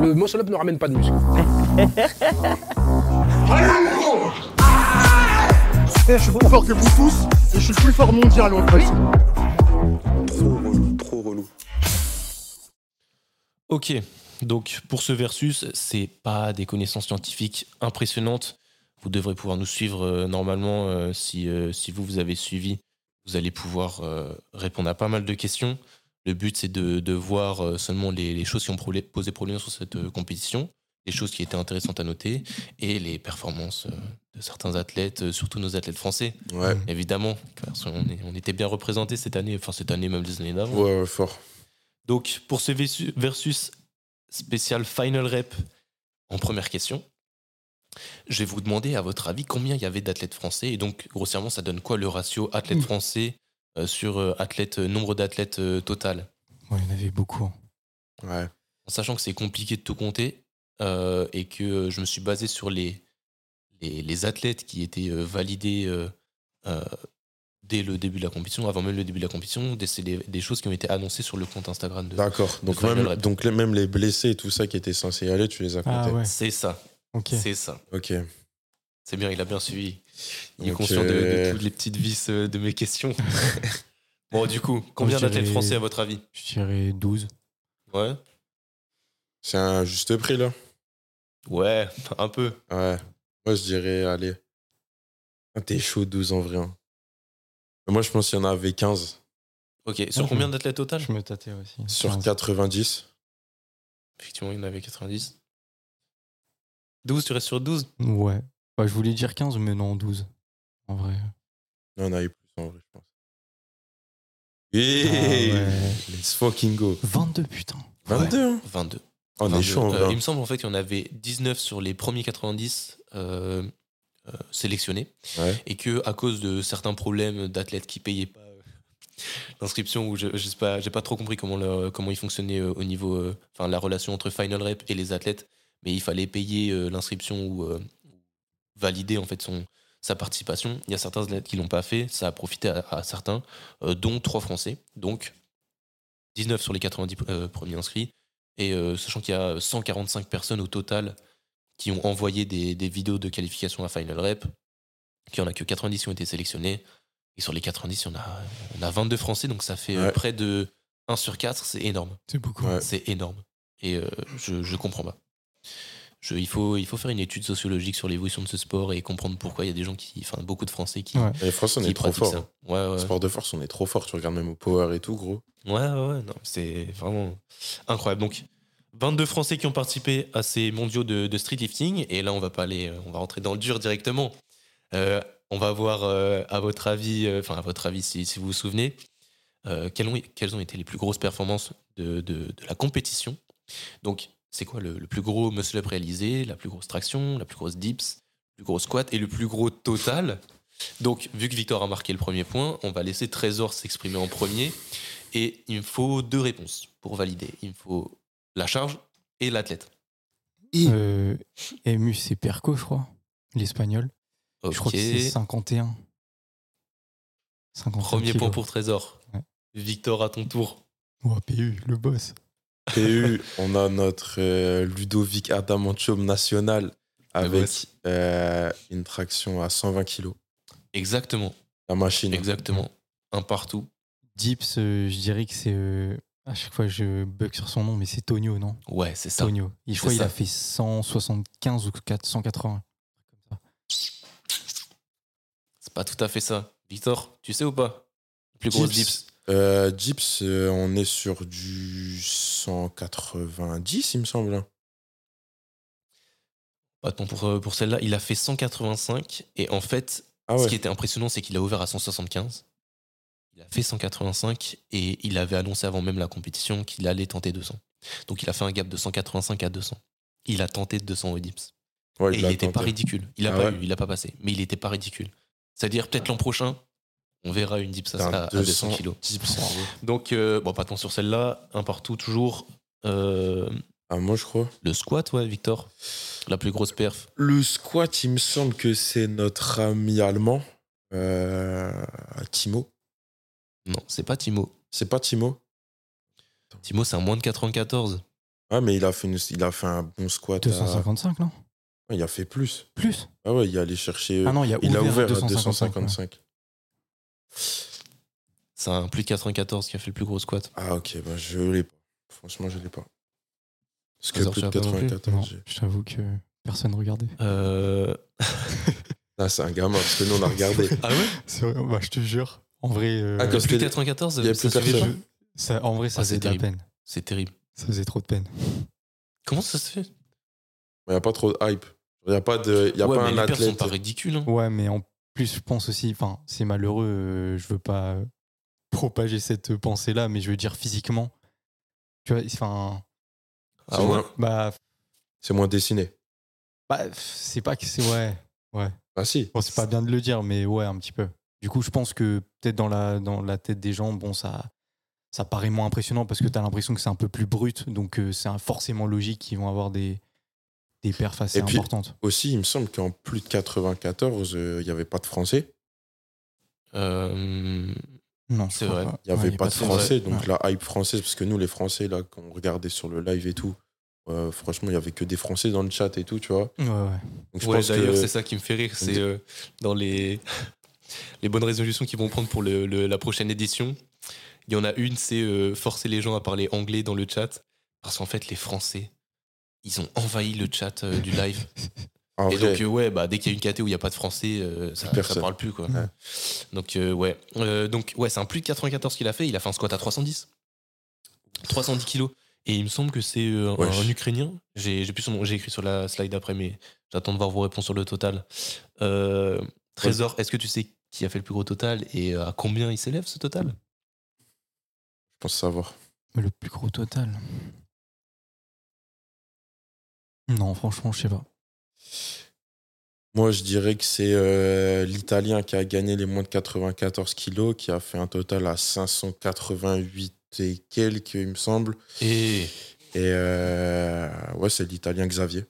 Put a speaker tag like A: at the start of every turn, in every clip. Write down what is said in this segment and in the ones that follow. A: Le muscle up ne ramène pas de muscle.
B: Eh, je suis plus fort que vous tous et je suis plus fort mondial en fait.
C: Trop relou, trop relou.
D: Ok, donc pour ce versus, c'est pas des connaissances scientifiques impressionnantes. Vous devrez pouvoir nous suivre euh, normalement euh, si, euh, si vous vous avez suivi. Vous allez pouvoir euh, répondre à pas mal de questions. Le but, c'est de, de voir euh, seulement les, les choses qui ont prolé- posé problème sur cette euh, compétition, les choses qui étaient intéressantes à noter et les performances euh, de certains athlètes, euh, surtout nos athlètes français,
C: Ouais,
D: évidemment, car on, est- on était bien représentés cette année, enfin cette année, même les années d'avant.
C: ouais, ouais, fort.
D: Donc, pour ce versu- versus spécial final rep, en première question, je vais vous demander, à votre avis, combien il y avait d'athlètes français Et donc, grossièrement, ça donne quoi le ratio athlète français euh, sur euh, athlète, euh, nombre d'athlètes euh, total
E: Ouais, il y en avait beaucoup. hein.
C: Ouais.
D: En sachant que c'est compliqué de tout compter euh, et que euh, je me suis basé sur les, les, les athlètes qui étaient euh, validés euh, euh, dès le début de la compétition, avant même le début de la compétition, des, c'est des, des choses qui ont été annoncées sur le compte Instagram de.
C: D'accord. Donc,
D: Final
C: même,
D: Rep.
C: donc, les- même les blessés et tout ça qui étaient censés y aller, tu les as comptés.
E: Ah ouais,
D: C'est ça,
E: ok.
D: c'est ça.
C: Ok.
D: C'est bien, il a bien suivi. Il est
C: Ok.
D: conscient de, de toutes les petites vis euh, de mes questions. bon, du coup, combien
E: Moi, je
D: d'athlètes
E: dirais-
D: français à votre avis
E: Je dirais 12.
D: Ouais.
C: C'est un juste prix, là
D: Ouais, un peu.
C: Ouais. Moi, je dirais, allez. Ah, T'es chaud, 12 en vrai. hein. Mais Moi, je pense qu'il y en avait 15
D: Ok, sur
E: je
D: combien
E: me-
D: d'athlètes total
E: Je me tâtais aussi.
C: sur
E: 15.
C: 90.
D: Effectivement, il y en avait 90. 12, tu restes sur 12
E: Ouais. Bah, je voulais dire 15, mais non, 12. En vrai.
C: Non, on a eu plus en vrai, je pense. Hey,
E: Ah ouais.
C: Let's fucking go.
E: 22, putain.
C: 22, hein
D: 22.
C: Oh, On est
D: 22.
C: chaud en
D: Euh,
C: vrai.
D: il me semble en fait qu'il y en avait 19 sur les premiers 90 euh, euh, sélectionnés.
C: Ouais.
D: et que à cause de certains problèmes d'athlètes qui payaient pas euh, l'inscription ou je, je sais pas j'ai pas trop compris comment leur- comment il fonctionnait euh, au niveau euh, enfin la relation entre final rep et les athlètes mais il fallait payer euh, l'inscription ou euh, valider en fait son sa participation il y a certains athlètes qui l'ont pas fait ça a profité à, à certains euh, dont trois français donc 19 sur les 90 euh, premiers inscrits et euh, sachant qu'il y a 145 personnes au total qui ont envoyé des, des vidéos de qualification à Final Rep, qu'il n'y en a que 90 qui ont été sélectionnés. Et sur les 90, on a, on a 22 Français, donc ça fait euh,
C: Ouais.
D: près de 1 sur 4, c'est énorme.
E: C'est beaucoup.
C: Ouais.
D: C'est énorme. Et euh, je, je comprends pas. Je- il, faut, il faut faire une étude sociologique sur l'évolution de ce sport et comprendre pourquoi il y a des gens qui, enfin beaucoup de Français qui,
E: Ouais.
C: Les Français, on
D: qui
C: est trop
D: pratiquent
C: fort. hein.
D: ça. Ouais, ouais.
C: Sport de force, on est trop fort. Tu regardes même au power et tout, gros.
D: Ouais, ouais, ouais, non, c'est vraiment incroyable. Donc, 22 Français qui ont participé à ces mondiaux de, de streetlifting. Et là, on va pas aller, euh, on va rentrer dans le dur directement. Euh, on va voir, euh, à votre avis, euh, enfin, à votre avis, si, si vous vous souvenez, euh, quelles, ont, quelles ont été les plus grosses performances de, de- de la compétition. Donc, c'est quoi le, le plus gros muscle-up réalisé, la plus grosse traction, la plus grosse dips, le plus gros squat et le plus gros total donc, vu que Victor a marqué le premier point, on va laisser Trésor s'exprimer en premier. Et il me faut deux réponses pour valider. Il me faut la charge et l'athlète.
E: Euh, MU, c'est Perco, je crois. L'espagnol.
D: Ok.
E: Je crois que c'est 51. 51
D: Premier
E: kilos.
D: point pour Trésor.
E: Ouais.
D: Victor, à ton tour.
E: Oh, PU, le boss.
C: PU, on a notre euh, Ludovic Adamantium national avec euh, une traction à 120 kg.
D: Exactement.
C: La machine.
D: Exactement. Un partout.
E: Dips, euh, je dirais que c'est. euh, à chaque fois, je bug sur son nom, mais c'est Tonio, non
D: Ouais, c'est
C: Ah,
D: ça.
E: Tonio. Et je
D: C'est
E: crois qu'il
D: ça.
E: a fait 175 ou 480.
D: C'est pas tout à fait ça. Victor, tu sais ou pas Plus grosse dips.
C: Dips. Euh, Dips, euh, on est sur du 190, il me semble. hein.
D: Pas de point pour, euh, pour celle-là. Il a fait 185. Et en fait,
C: Ah
D: Ce qui
C: ouais.
D: était impressionnant, c'est qu'il a ouvert à 175. Il a fait 185 et il avait annoncé avant même la compétition qu'il allait tenter 200. Donc il a fait un gap de 185 à 200. Il a tenté 200 au dips.
C: Ouais,
D: Et il
C: l'a
D: n'était pas
C: tenté.
D: ridicule. Il n'a
C: Ah
D: pas
C: ouais
D: eu, il n'a pas passé. Mais il n'était pas ridicule. C'est-à-dire peut-être l'an prochain, on verra une dips à,
C: Putain,
D: à- à 200
C: 200
D: kilos.
C: Dips. en vrai.
D: Donc euh, bon, pas tant sur celle-là. Un partout toujours. Euh,
C: Ah, moi, je crois.
D: le squat, ouais, Victor. La plus grosse perf.
C: Le squat, il me semble que c'est notre ami allemand, euh, Timo.
D: Non, c'est pas Timo.
C: C'est pas Timo
D: Timo, c'est un moins de 94.
C: Ah, mais il a fait, une- il a fait un bon squat. à-
E: 255, non
C: Il a fait plus.
E: Plus
C: Ah ouais, il est allé chercher.
E: Ah non, il y a
C: il a ouvert à
E: 255,
C: 255.
E: ouais.
D: C'est un plus de 94 qui a fait le plus gros squat.
C: Ah ok, bah, je l'ai pas. Franchement, je l'ai pas. Parce que
D: Hazard,
C: plus
D: tu
C: de
D: l'as pas non plus
E: Non,
C: 94. j'ai-
E: je t'avoue que personne regardait.
D: Euh,
C: Là, Ah, c'est un gamin, parce que nous, on a regardé.
D: Ah ouais
E: C'est vrai, bah, je te jure. En vrai, euh,
C: Ah,
D: Le
C: Parce
D: plus
C: que-
D: 94,
C: il y a
D: ça
C: plus
D: suffit
C: personne.
D: pas
E: ça, en vrai, ça
D: Ah, c'est
E: faisait de la
D: terrible.
E: peine.
D: C'est terrible.
E: Ça faisait trop de peine.
D: Comment ça se fait
C: Il n'y a pas trop de hype. Il n'y a pas, de, y a
D: Ouais,
C: pas
D: mais
C: un
D: les perfs sont
C: athlète.
D: pas ridicules. hein.
E: Ouais, mais en plus, je pense aussi, enfin, c'est malheureux, euh, je veux pas euh, propager cette pensée-là, mais je veux dire physiquement. Tu vois, enfin,
C: C'est
D: Ah ouais
C: moins,
E: bah,
C: c'est moins dessiné.
E: bah, pff, c'est pas que c'est. Ouais,
C: Ah si.
E: bon, c'est pas bien de le dire, mais ouais, un petit peu. Du coup, je pense que peut-être dans la, dans la tête des gens, bon, ça, ça paraît moins impressionnant parce que t'as l'impression que c'est un peu plus brut, donc euh, c'est un- forcément logique qu'ils vont avoir des, des perfs assez
C: Et puis-
E: importantes.
C: Aussi, il me semble qu'en plus de 94, euh, il n'y avait pas de français.
D: Euh,
E: Non, je
D: C'est
E: crois
D: vrai.
E: pas.
C: Il n'y
E: Ouais,
C: avait pas, de
E: trop-
C: français.
E: ouais.
C: Donc la hype française, parce que nous, les français, là, quand on regardait sur le live et tout, euh, franchement, il n'y avait que des français dans le chat et tout, tu vois.
E: Ouais, ouais.
C: Donc je
D: ouais,
C: pense
D: d'ailleurs,
C: que
D: c'est ça qui me fait rire. C'est euh, dans les, les bonnes résolutions qu'ils vont prendre pour le- le- la prochaine édition. Il y en a une, c'est euh, forcer les gens à parler anglais dans le chat. Parce qu'en fait, les Français, ils ont envahi le chat euh, du live.
C: en
D: Et
C: vrai,
D: donc, euh, ouais, bah, dès qu'il y a une KT où il n'y a pas de français, euh, ça, ça
C: personne.
D: parle plus, quoi.
E: Ouais.
D: Donc, euh, ouais. Euh, donc, ouais, c'est un plus de 94 qu'il a fait. Il a fait un squat à 310. 310 kilos. Et il me semble que c'est euh, un-
C: Wesh.
D: un Ukrainien. J'ai j'ai plus son nom, j'ai écrit sur la slide après, mais j'attends de voir vos réponses sur le total. Euh, Trésor, est-ce que tu sais qui a fait le plus gros total et euh, à combien il s'élève ce total
C: je pense savoir.
E: Mais le plus gros total. Non, franchement, je sais pas.
C: Moi, je dirais que c'est euh, l'Italien qui a gagné les moins de 94 kilos, qui a fait un total à 588 et quelques, il me semble.
D: Et
C: Et euh, ouais, c'est l'Italien Xavier.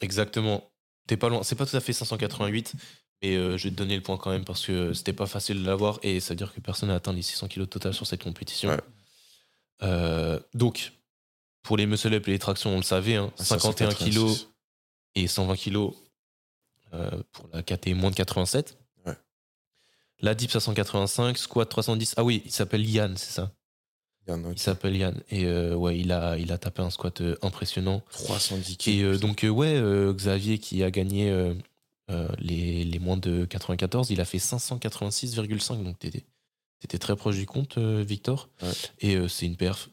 D: Exactement. T'es pas loin. C'est pas tout à fait 588, mais euh, je vais te donner le point quand même parce que euh, c'était pas facile de l'avoir et ça veut dire que personne n'a atteint les 600 kilos total sur cette compétition.
C: Ouais.
D: Euh, donc, pour les muscle up et les tractions, on le savait,
C: Ah,
D: hein, 51 kilos
C: 586.
D: et 120 kilos euh, pour la KT moins de 87.
C: Ouais.
D: La dips à 185, squat 310. Ah oui, il s'appelle Yann, c'est ça.
C: Il y en a
D: Il s'appelle Yann et euh, ouais, il a, il a tapé un squat euh, impressionnant.
C: 310
D: Et
C: kilos.
D: euh, donc, euh, ouais, euh, Xavier qui a gagné euh, euh, les, les moins de 94, il a fait 586,5. Donc, t'étais, t'étais très proche du compte, euh, Victor.
C: Ouais.
D: Et euh, c'est une perf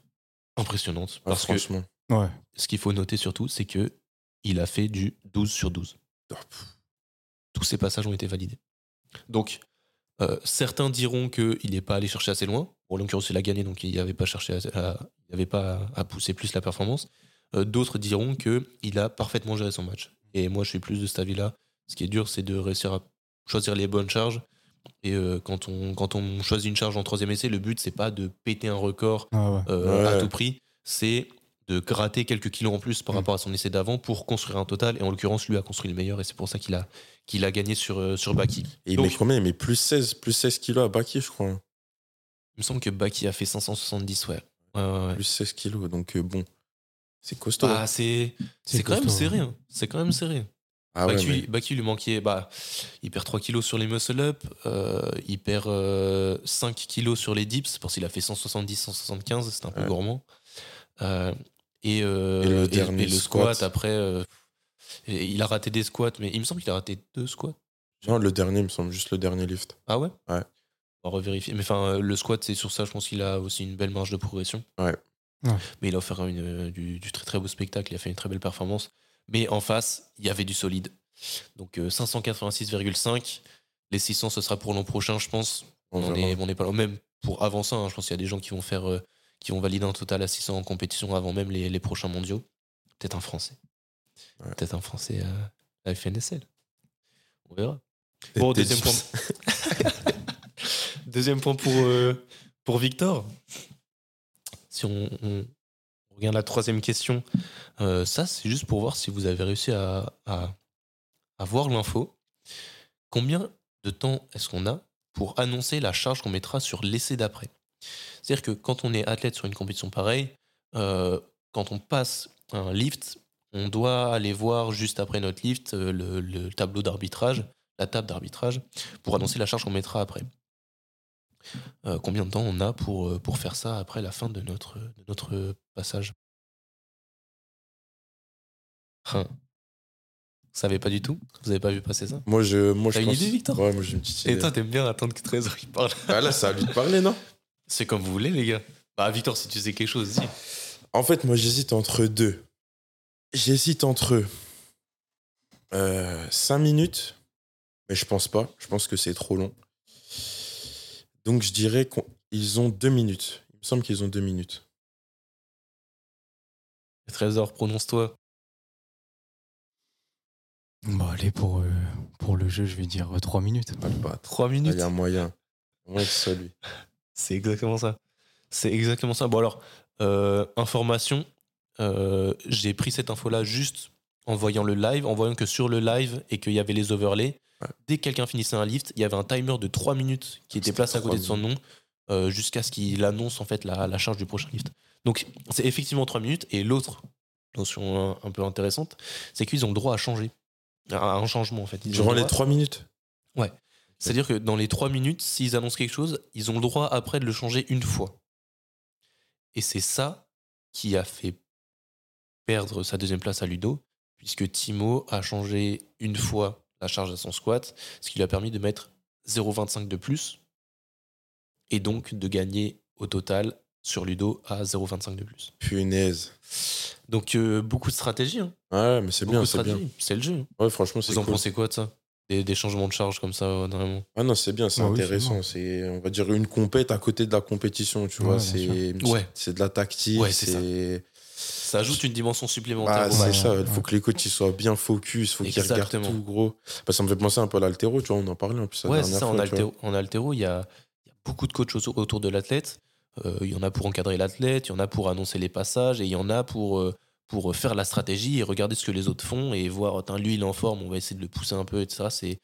D: impressionnante.
C: Ah,
D: parce que
C: franchement.
E: Ouais.
D: ce qu'il faut noter surtout, c'est que il a fait du 12 sur 12.
C: Ah, pff.
D: Tous ses passages ont été validés. Donc, euh, certains diront qu'il n'est pas allé chercher assez loin. Pour l'occurrence, il a gagné, donc il n'avait pas cherché à, à- il avait pas à pousser plus la performance. Euh, D'autres diront qu'il a parfaitement géré son match. Et moi, je suis plus de cet avis-là. Ce qui est dur, c'est de réussir à choisir les bonnes charges. Et euh, quand, on, quand on choisit une charge en troisième essai, le but, c'est pas de péter un record
E: Ouais, ouais.
D: euh,
C: Ouais.
D: à tout prix, c'est de gratter quelques kilos en plus par
E: Mm.
D: rapport à son essai d'avant pour construire un total. Et en l'occurrence, lui a construit le meilleur et c'est pour ça qu'il a, qu'il a gagné sur, euh, sur Baki.
C: Et il
D: Donc-
C: met combien Il met plus 16, plus 16 kilos à Baki, je crois. hein.
D: Il me semble que Baki a fait 570, ouais. Ouais, ouais, ouais.
C: Plus 16 kilos. Donc euh, bon, c'est costaud.
D: Bah, c'est c'est quand même
E: costaud,
D: serré.
E: hein.
D: hein. C'est quand même serré.
C: ah ouais,
D: Baki,
C: mais-
D: Baki lui manquait. Bah, il perd 3 kilos sur les muscle-up, euh, il perd euh, 5 kilos sur les dips parce qu'il a fait 170, 175, c'est un peu
C: Ouais.
D: gourmand. Euh, et, euh,
C: Et le dernier
D: squat,
C: squat.
D: après. euh, et il a raté des squats, mais il me semble qu'il a raté deux squats.
C: Non, le dernier, il me semble juste le dernier lift.
D: Ah ouais
C: Ouais.
D: On va revérifier. Mais enfin, euh, le squat, c'est sur ça, je pense qu'il a aussi une belle marge de progression.
C: Ouais.
E: Ouais.
D: Mais il a offert une, euh, du, du très très beau spectacle, il a fait une très belle performance. Mais en face, il y avait du solide. Donc euh, 586,5. Les 600, ce sera pour l'an prochain, je pense.
C: On
D: On
C: verra.
D: est, on est pas loin. Même pour avant ça, hein, je pense qu'il y a des gens qui vont faire, euh, qui vont valider un total à 600 en compétition avant même les, les prochains mondiaux. Peut-être un Français.
C: Ouais.
D: Peut-être un Français euh, à la FNSL. On verra.
C: T'es-
D: Bon,
C: t'es
D: deuxième
C: dit-
D: point. Deuxième point pour, euh, pour Victor. Si on, on regarde la troisième question, euh, ça c'est juste pour voir si vous avez réussi à, à, à voir l'info. Combien de temps est-ce qu'on a pour annoncer la charge qu'on mettra sur l'essai d'après C'est-à-dire que quand on est athlète sur une compétition pareille, euh, quand on passe un lift, on doit aller voir juste après notre lift euh, le, le tableau d'arbitrage, la table d'arbitrage, pour annoncer la charge qu'on mettra après. Euh, combien de temps on a pour, euh, pour faire ça après la fin de notre, de notre passage Hein. Vous savez pas du tout Vous avez pas vu passer ça
C: Moi, je, moi,
D: T'as
C: je
D: une
C: pense-
D: idée, Victor
C: Ouais, moi, j'ai une petite
D: Et
C: idée.
D: toi, t'aimes bien attendre que Trésor il parle.
C: Ah, là, c'est à lui de parler, non
D: C'est comme vous voulez, les gars. Bah, Victor, si tu sais quelque chose, dis.
C: En fait, moi, j'hésite entre deux. J'hésite entre 5 minutes, mais je pense pas. Je pense que c'est trop long. Donc, je dirais qu'ils ont deux minutes. Il me semble qu'ils ont deux minutes.
D: Trésor, prononce-toi.
E: Bon, allez, pour, euh, pour le jeu, je vais dire 3 minutes.
C: Ah, le bâtard.
D: 3
C: Ah,
D: minutes.
C: Il y a moyen. Au moins que ce soit lui.
D: C'est exactement ça. C'est exactement ça. Bon, alors, euh, information, euh, j'ai pris cette info-là juste en voyant le live, en voyant que sur le live et qu'il y avait les overlays,
C: Ouais.
D: dès que quelqu'un finissait un lift, il y avait un timer de 3 minutes qui était
C: C'était
D: placé à côté de
C: trois
D: son nom euh, jusqu'à ce qu'il annonce en fait la, la charge du prochain lift. Donc, c'est effectivement 3 minutes. Et l'autre notion hein, un, un peu intéressante, c'est qu'ils ont le droit à changer. À un changement, en fait. Ils ont le
C: Durant les
D: droit-
C: trois minutes
D: c'est-à-dire que dans les trois minutes, s'ils annoncent quelque chose, ils ont le droit après de le changer une fois. Et c'est ça qui a fait perdre sa deuxième place à Ludo, puisque Timo a changé une fois la charge à son squat, ce qui lui a permis de mettre 0,25 de plus, et donc de gagner au total sur Ludo à 0,25 de plus.
C: Punaise.
D: Donc euh, beaucoup de stratégie, hein.
C: Ouais, mais c'est
D: beaucoup
C: bien,
D: de
C: c'est bien.
D: stratégie, c'est le jeu. hein.
C: Ouais, franchement, c'est
D: Vous en
C: cool.
D: pensez quoi de ça des, des changements de charge comme ça, euh, normalement
C: Ah non, c'est bien, c'est
E: Ah oui, c'est
C: intéressant.
E: bon.
C: c'est, on va dire, une compète à côté de la compétition, tu
E: Ouais,
C: vois.
E: bien
C: C'est,
D: Ouais.
C: c'est de la tactique.
D: Ouais, c'est
C: c'est
D: Ça ajoute une dimension supplémentaire.
C: Ah,
D: au
C: c'est
D: match.
E: ouais,
C: ça, il
E: ouais.
C: faut que les coachs ils soient bien focus, faut qu'ils regardent
D: Exactement.
C: tout, gros. Bah, ça me fait penser un peu à l'altéro, tu vois, on en parlait en plus la
D: Ouais,
C: dernière
D: c'est ça.
C: fois.
D: En
C: tu vois.
D: altéro, en altéro, il y a, il y a beaucoup de coachs autour, autour de l'athlète. Euh, Il y en a pour encadrer l'athlète, il y en a pour annoncer les passages, et il y en a pour, euh, pour faire la stratégie et regarder ce que les autres font et voir, tiens, lui, il est en forme, on va essayer de le pousser un peu, etc. C'est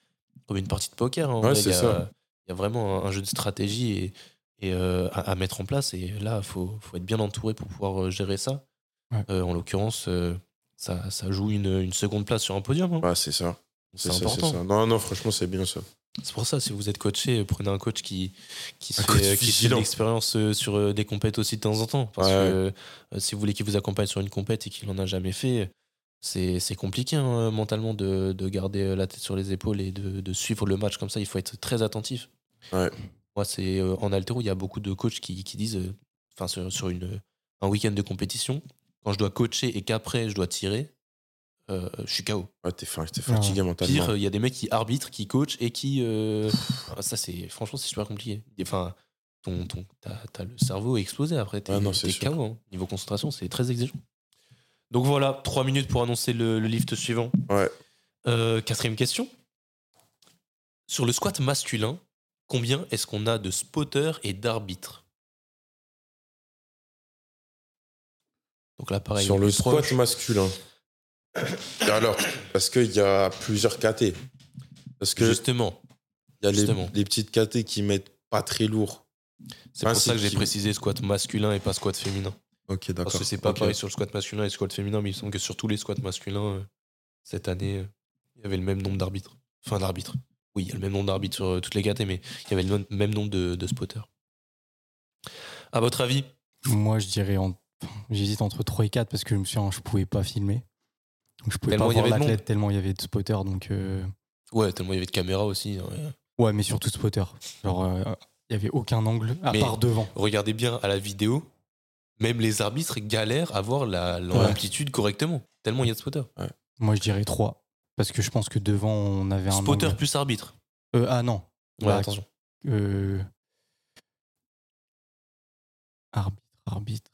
D: comme une partie de poker. hein, en
C: Ouais,
D: vrai. il, y
C: c'est
D: a,
C: ça.
D: il y a vraiment un, un jeu de stratégie et, et, euh, à, à mettre en place. Et là, il faut, faut être bien entouré pour pouvoir euh, gérer ça.
E: Ouais.
D: Euh, en l'occurrence, euh, ça, ça joue une, une seconde place sur un podium. hein.
C: Ouais, c'est ça.
D: c'est
C: ça, c'est
D: important.
C: ça. Non, non, franchement, c'est bien ça.
D: C'est pour ça, si vous êtes coaché, euh, prenez un coach qui, qui se
C: Un
D: fait,
C: coach
D: euh, qui se fait de
C: vigilant.
D: l'expérience euh, sur euh, des compètes aussi de temps en temps. Parce
C: Ouais.
D: que euh, si vous voulez qu'il vous accompagne sur une compète et qu'il n'en a jamais fait, c'est c'est compliqué hein, mentalement de, de garder euh, la tête sur les épaules et de, de suivre le match comme ça. Il faut être très attentif.
C: Ouais.
D: Moi, c'est euh, en altéro, il y a beaucoup de coachs qui, qui disent, euh, enfin, sur, sur une, un week-end de compétition, quand je dois coacher et qu'après je dois tirer, euh, je suis KO.
C: Ouais, t'es, fin- t'es fatigué mentalement.
D: Pire, euh, il y a des mecs qui arbitrent, qui coachent et qui. euh, ah, ça, c'est franchement, c'est super compliqué. Enfin, ton, ton, t'as, t'as le cerveau explosé après. T'es,
C: Ah non, c'est
D: t'es
C: sûr.
D: KO, hein. Niveau concentration, c'est très exigeant. Donc voilà, trois minutes pour annoncer le, le lift suivant.
C: Ouais.
D: Euh, quatrième question. Sur le squat masculin, combien est-ce qu'on a de spotters et d'arbitres Donc là, pareil.
C: Sur
D: on
C: le
D: est
C: squat
D: proche.
C: masculin. Et alors, parce qu'il y a plusieurs KT. Parce que
D: Justement.
C: il y a les,
D: justement.
C: les petites KT qui mettent pas très lourd.
D: C'est pour
C: Ainsi
D: ça que j'ai
C: qu'il-
D: précisé squat masculin et pas squat féminin.
C: Ok, d'accord.
D: Parce que c'est pas
C: Ok.
D: pareil sur le squat masculin et le squat féminin, mais il me semble que sur tous les squats masculins, euh, cette année, euh, il y avait le même nombre d'arbitres. Enfin, d'arbitres. Oui, il y a le même nombre d'arbitres sur euh, toutes les catégories, mais il y avait le même- même nombre de, de spotters. À votre avis
E: Moi, je dirais. en- J'hésite entre 3 et 4 parce que je me suis je pouvais pas filmer. Donc, je pouvais
D: Tellement il y
E: pas voir
D: avait de
E: l'athlète tellement il y avait de spotters. Donc, euh,
D: Ouais, tellement il y avait de caméras aussi. hein, euh, ouais.
E: Ouais, mais surtout spotters. Genre, euh, il y avait aucun angle à
D: Mais-
E: part devant.
D: Regardez bien à la vidéo, même les arbitres galèrent à voir la-
E: Ouais.
D: l'amplitude correctement. Tellement il y a de spotters.
E: Moi, je dirais 3. Parce que je pense que devant, on avait un.
D: Spotter
E: angle.
D: plus arbitre.
E: Euh, ah non.
D: Ouais,
E: Bah,
D: attention.
E: euh, Arbitre, arbitre.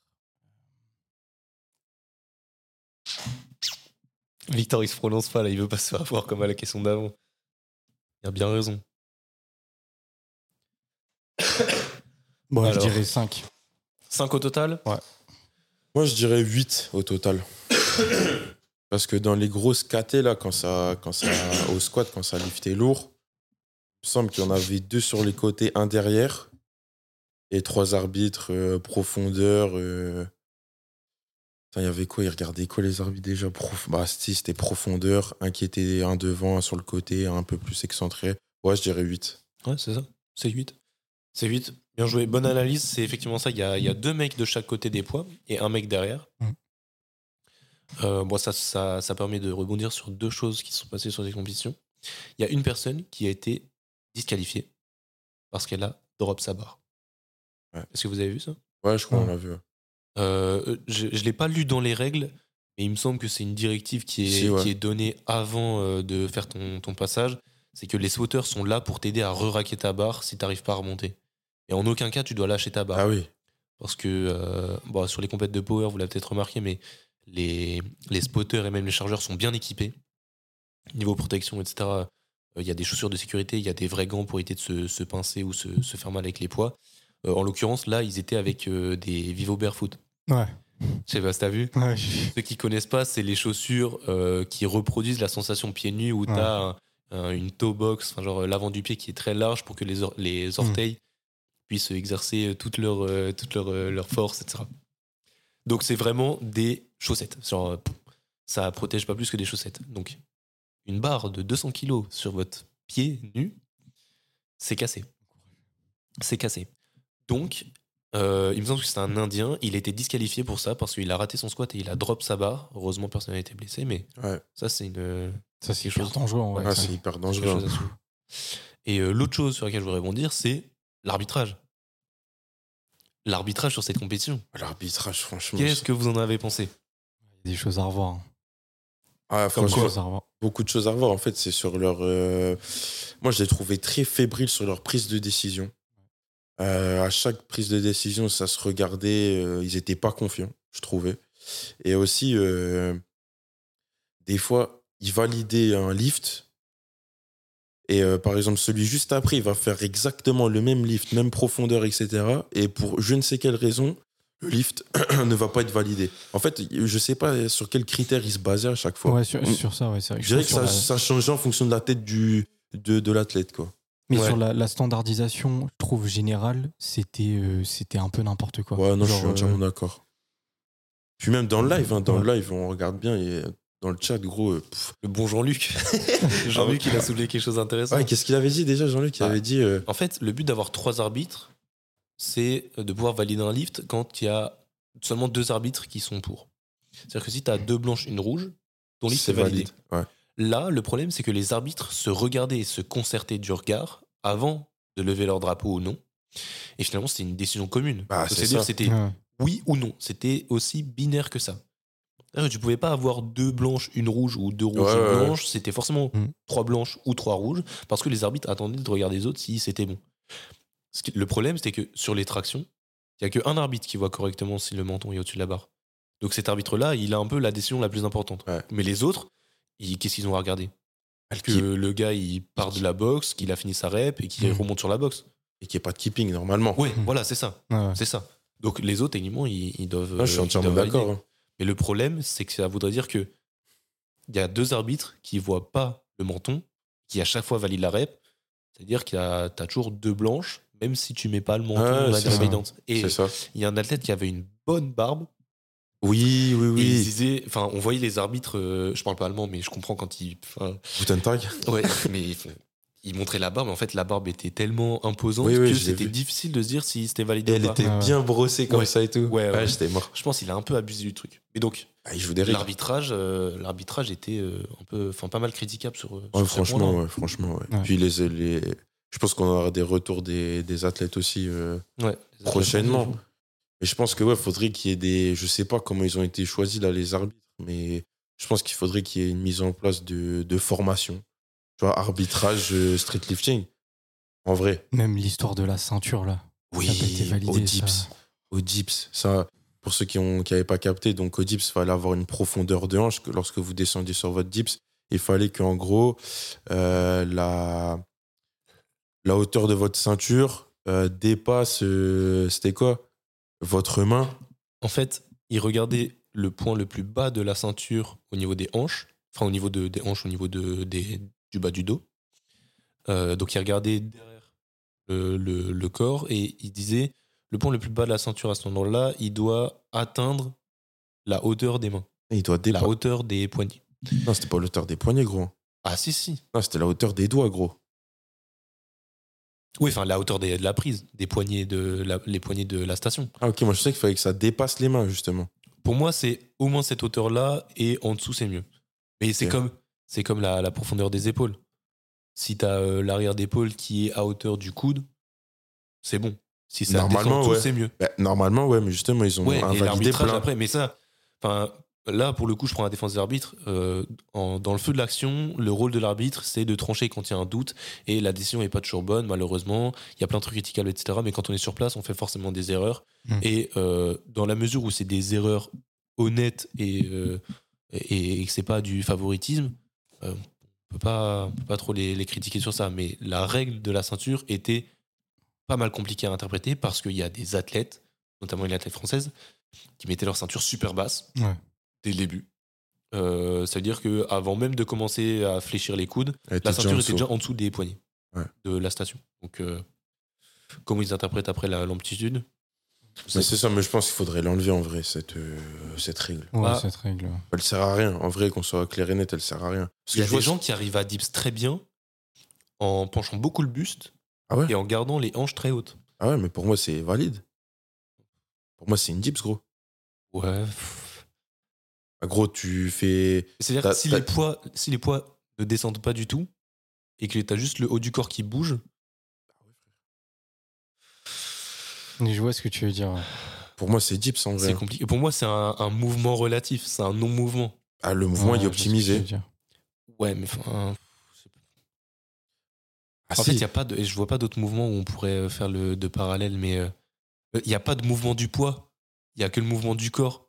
D: Victor, il se prononce pas là, il veut pas se faire avoir comme à la question d'avant. Il a bien raison.
E: Bon,
D: Alors.
E: je dirais 5.
D: 5 au total
C: Moi, je dirais 8 au total. Parce que dans les grosses KT, là, quand ça, quand ça, au squat, quand ça liftait lourd, il me semble qu'il y en avait deux sur les côtés, un derrière. Et trois arbitres, euh, profondeur. euh, Putain, il y avait quoi Ils regardaient quoi les arbitres déjà Prof... Bah, si, c'était profondeur, un qui était un devant, un sur le côté, un un peu plus excentré. Ouais, je dirais 8.
D: Ouais, c'est ça. C'est 8. C'est 8. Bien joué. Bonne analyse. C'est effectivement ça. Il y a, il y a deux mecs de chaque côté des poids et un mec derrière.
E: Mm.
D: Euh, bon, ça, ça, ça permet de rebondir sur deux choses qui se sont passées sur ces compétitions. Il y a une personne qui a été disqualifiée parce qu'elle a drop sa barre.
C: Ouais.
D: Est-ce que vous avez vu ça
C: Ouais, je crois
D: Ah.
C: qu'on
E: Ouais.
C: l'a vu. ouais.
D: Euh, je ne l'ai pas lu dans les règles, mais il me semble que c'est une directive qui est,
C: Si, ouais.
D: qui est donnée avant euh, de faire ton, ton passage. C'est que les sauteurs sont là pour t'aider à re-raquer ta barre si t'arrives pas à remonter. Et en aucun cas, tu dois lâcher ta barre.
C: Ah oui.
D: Parce que euh, bon, sur les compètes de power, vous l'avez peut-être remarqué, mais les, les spotters et même les chargeurs sont bien équipés. Niveau protection, etc. euh, Il y a des chaussures de sécurité, il y a des vrais gants pour éviter de se, se pincer ou se, se faire mal avec les poids. Euh, en l'occurrence, là, ils étaient avec euh, des Vivo Barefoot.
E: Ouais.
D: Je sais pas si t'as vu.
E: Ouais, j'ai-
D: Ceux qui connaissent pas, c'est les chaussures euh, qui reproduisent la sensation pieds nus où
E: Ouais.
D: t'as un- un- une toe box, enfin, genre euh, l'avant du pied qui est très large pour que les, or- les orteils puissent exercer euh, toute leur, euh, toute leur, euh, leur force, etc. Donc c'est vraiment des chaussettes. Genre, euh, pff, ça protège pas plus que des chaussettes. Donc une barre de 200 kilos sur votre pied nu, c'est cassé. C'est cassé. Donc, euh, il me semble que c'est un Indien. Il était disqualifié pour ça parce qu'il a raté son squat et il a drop sa barre. Heureusement, personne n'a été blessé, mais
C: Ouais.
D: ça, c'est une, euh,
E: Ça, c'est
D: Quelque
E: hyper
D: chose-
E: dangereux en vrai.
C: Ah,
E: ça.
C: c'est hyper
D: c'est quelque
C: dangereux.
D: chose à soulever. Et euh, l'autre chose sur laquelle je voudrais rebondir, c'est l'arbitrage. L'arbitrage sur cette compétition.
C: L'arbitrage, franchement.
D: Qu'est-ce que vous en avez pensé
E: Il y a des choses à revoir. hein.
C: Ah,
E: Des
C: franchement,
E: choses à revoir.
C: beaucoup de choses à revoir. En fait, c'est sur leur. euh, Moi, je les trouvais très fébriles sur leur prise de décision. Euh, à chaque prise de décision, ça se regardait. euh, ils n'étaient pas confiants, je trouvais. Et aussi, euh, des fois, ils validaient un lift. Et euh, par exemple, celui juste après, il va faire exactement le même lift, même profondeur, etc. Et pour je ne sais quelle raison, le lift ne va pas être validé. En fait, je ne sais pas sur quels critères ils se basaient à chaque fois.
E: Ouais, sur,
C: Mm.
E: sur ça, ouais, c'est vrai.
C: Je dirais que
E: sur
C: ça,
E: la-
C: ça changeait en fonction de la tête du, de, de l'athlète, quoi.
E: Mais
D: Ouais.
E: sur la, la standardisation, je trouve générale, c'était euh, c'était un peu n'importe quoi.
C: Ouais, non, je
E: Genre,
C: suis
E: euh,
C: entièrement d'accord. Puis même dans le live, hein, dans
E: Ouais.
C: le live, on regarde bien et euh, dans le chat, gros. euh, pff.
D: Le bon Jean-Luc. Jean-Luc, il a soulevé quelque chose d'intéressant.
C: Ouais, qu'est-ce qu'il avait dit déjà, Jean-Luc Il
D: Ah.
C: avait dit. euh,
D: En fait, le but d'avoir trois arbitres, c'est de pouvoir valider un lift quand il y a seulement deux arbitres qui sont pour. C'est-à-dire que si tu as deux blanches, une rouge, ton lift
C: c'est
D: est validé.
C: valide. Ouais. Bah,
D: Là, le problème, c'est que les arbitres se regardaient et se concertaient du regard avant de lever leur drapeau ou non. Et finalement, c'était une décision commune.
C: Bah, c'est
D: C'est-à-dire
C: ça.
D: que c'était
E: ouais.
D: oui ou non. C'était aussi binaire que ça. C'est-à-dire que Tu pouvais pas avoir deux blanches, une rouge ou deux
C: Ouais,
D: rouges, une
C: ouais, ouais.
D: blanche. C'était forcément
E: Mm.
D: trois blanches ou trois rouges parce que les arbitres attendaient de regarder les autres si c'était bon. Ce qui- le problème, c'était que sur les tractions, il y a qu'un arbitre qui voit correctement si le menton est au-dessus de la barre. Donc cet arbitre-là, il a un peu la décision la plus importante.
C: Ouais.
D: Mais les autres, ils- qu'est-ce qu'ils ont à regarder Que
C: Keep-
D: le gars, il part de la boxe, qu'il a fini sa rep et qu'il
E: Mm.
D: remonte sur la boxe.
C: Et qu'il n'y ait pas de keeping, normalement.
D: Ouais,
E: Mm.
D: voilà, c'est ça.
E: Ouais, ouais.
D: C'est ça. Donc les autres, techniquement, ils, ils doivent.
C: Ouais, je suis
D: euh, ils
C: entièrement
D: doivent valider.
C: d'accord. hein.
D: Mais le problème, c'est que ça voudrait dire que il y a deux arbitres qui voient pas le menton, qui à chaque fois valident la rep. C'est-à-dire qu'il y a t'as toujours deux blanches, même si tu mets pas le menton
C: Ouais,
D: de
C: Ah, c'est
D: manière
E: ça.
D: évidente. Et
C: C'est ça.
D: il y a un athlète qui avait une bonne barbe.
C: Oui, oui,
D: Et il
C: oui.
D: disait, enfin, on voyait les arbitres. euh, je parle pas allemand, mais je comprends quand ils. enfin,
C: Guten Tag.
D: Ouais, mais ils, ils montraient la barbe. mais En fait, la barbe était tellement imposante
C: Oui, oui,
D: que
C: je l'ai
D: c'était
C: vu.
D: difficile de se dire si c'était validé
C: Et
D: ou
C: elle
D: pas.
C: était
E: Ouais.
C: bien brossée comme
D: Ouais.
C: ça et tout.
D: Ouais, ouais.
C: j'étais mort.
D: Je pense qu'il a un peu abusé du truc. Et donc,
C: Ah, il joue des règles.
D: L'arbitrage, euh, l'arbitrage était euh, un peu, enfin pas mal critiquable sur. euh,
C: Ouais,
D: sur ce
C: franchement,
D: point-là.
C: ouais, franchement, ouais.
E: Ouais.
C: Puis les, les... je pense qu'on aura des retours des, des athlètes aussi. euh,
D: Ouais.
C: prochainement. Mais je pense que ouais, faudrait qu'il y ait des. Je sais pas comment ils ont été choisis là les arbitres, mais je pense qu'il faudrait qu'il y ait une mise en place de, de formation. Tu vois, arbitrage euh, streetlifting. En vrai.
E: Même l'histoire de la ceinture, là.
C: Oui.
E: Ça a pas été validé,
C: au dips.
E: ça.
C: Au dips. Ça, pour ceux qui n'avaient qui avaient pas capté, donc au dips, il fallait avoir une profondeur de hanche que lorsque vous descendiez sur votre dips. Il fallait qu'en gros, euh, la, la hauteur de votre ceinture euh, dépasse. euh, C'était quoi Votre main.
D: En fait, il regardait le point le plus bas de la ceinture au niveau des hanches, enfin au niveau de- des hanches, au niveau de, des- du bas du dos. Euh, donc il regardait derrière euh, le, le corps et il disait Le point le plus bas de la ceinture à cet endroit-là, il doit atteindre la hauteur des mains,
C: Et il doit
D: la
C: dépasser.
D: hauteur des poignets.
C: Non, c'était pas l'auteur des poignets, gros.
D: Ah si, si.
C: Non, c'était la hauteur des doigts, gros.
D: Oui, enfin la hauteur des- de la prise, des poignées de la, les poignées de la station.
C: Ah, ok, moi je sais qu'il fallait que ça dépasse les mains, justement.
D: Pour moi, c'est au moins cette hauteur-là et en dessous, c'est mieux. Mais c'est
C: Ok.
D: comme, c'est comme la, la profondeur des épaules. Si t'as euh, l'arrière d'épaule qui est à hauteur du coude, c'est bon. Si ça descend
C: Normalement,
D: en dessous,
C: ouais.
D: c'est mieux.
C: Bah, normalement, ouais, mais justement, ils ont
D: Ouais, et
C: invalidé
D: l'arbitrage
C: plein.
D: après. Mais ça, enfin, là, pour le coup, je prends la défense des arbitres. Euh, en- dans le feu de l'action, le rôle de l'arbitre, c'est de trancher quand il y a un doute. Et la décision n'est pas toujours bonne, malheureusement. Il y a plein de trucs critiquables, etc. Mais quand on est sur place, on fait forcément des erreurs.
C: Hmm.
E: Mm.
D: Et euh, dans la mesure où c'est des erreurs honnêtes et, euh, et, et que c'est pas du favoritisme, euh, on peut pas, on peut pas trop les, les critiquer sur ça. Mais la règle de la ceinture était pas mal compliquée à interpréter parce qu'il y a des athlètes, notamment une athlète française, qui mettaient leur ceinture super basse
E: Ouais.
D: dès le début. Euh, ça veut dire que avant même de commencer à fléchir les coudes,
C: Elle était
D: la ceinture
C: en
D: était
C: dessous.
D: déjà en dessous des poignets
C: Ouais.
D: de la station. Donc, euh, comment ils interprètent après la l'amplitude
C: Mais c'est ça, mais je pense qu'il faudrait l'enlever en vrai, cette, euh, cette règle.
E: Ouais,
D: Ah.
E: cette règle.
C: Bah, Elle sert à rien. En vrai, qu'on soit clair et net, elle sert à rien. Parce
D: Il y a
C: je vois-
D: des gens qui arrivent à dips très bien en penchant beaucoup le buste
C: Ah ouais
D: et en gardant les hanches très hautes.
C: Ah ouais, mais pour moi, c'est valide. Pour moi, c'est une dips, gros.
D: Ouais.
C: Ah, gros, tu fais.
D: C'est-à-dire
C: T'as-
D: que si
C: t'as-
D: les, poids, si les poids ne descendent pas du tout et que t'as juste le haut du corps qui bouge,
C: Ah
E: Mais je vois ce que tu veux dire. ouais.
C: Pour moi, c'est dips en vrai.
D: c'est compliqué. Pour moi, c'est un, un mouvement relatif, c'est un non-mouvement.
C: Ah, le mouvement,
E: Ouais,
C: il est
E: je vois ce que tu veux
C: optimisé.
E: dire.
D: Ouais, mais enfin,
C: Ah,
D: en
C: si.
D: fait, il y a pas de, et je vois pas d'autres mouvements où on pourrait euh, faire le de parallèle, mais il n'y y a pas de mouvement du poids. Il y a que le mouvement du corps.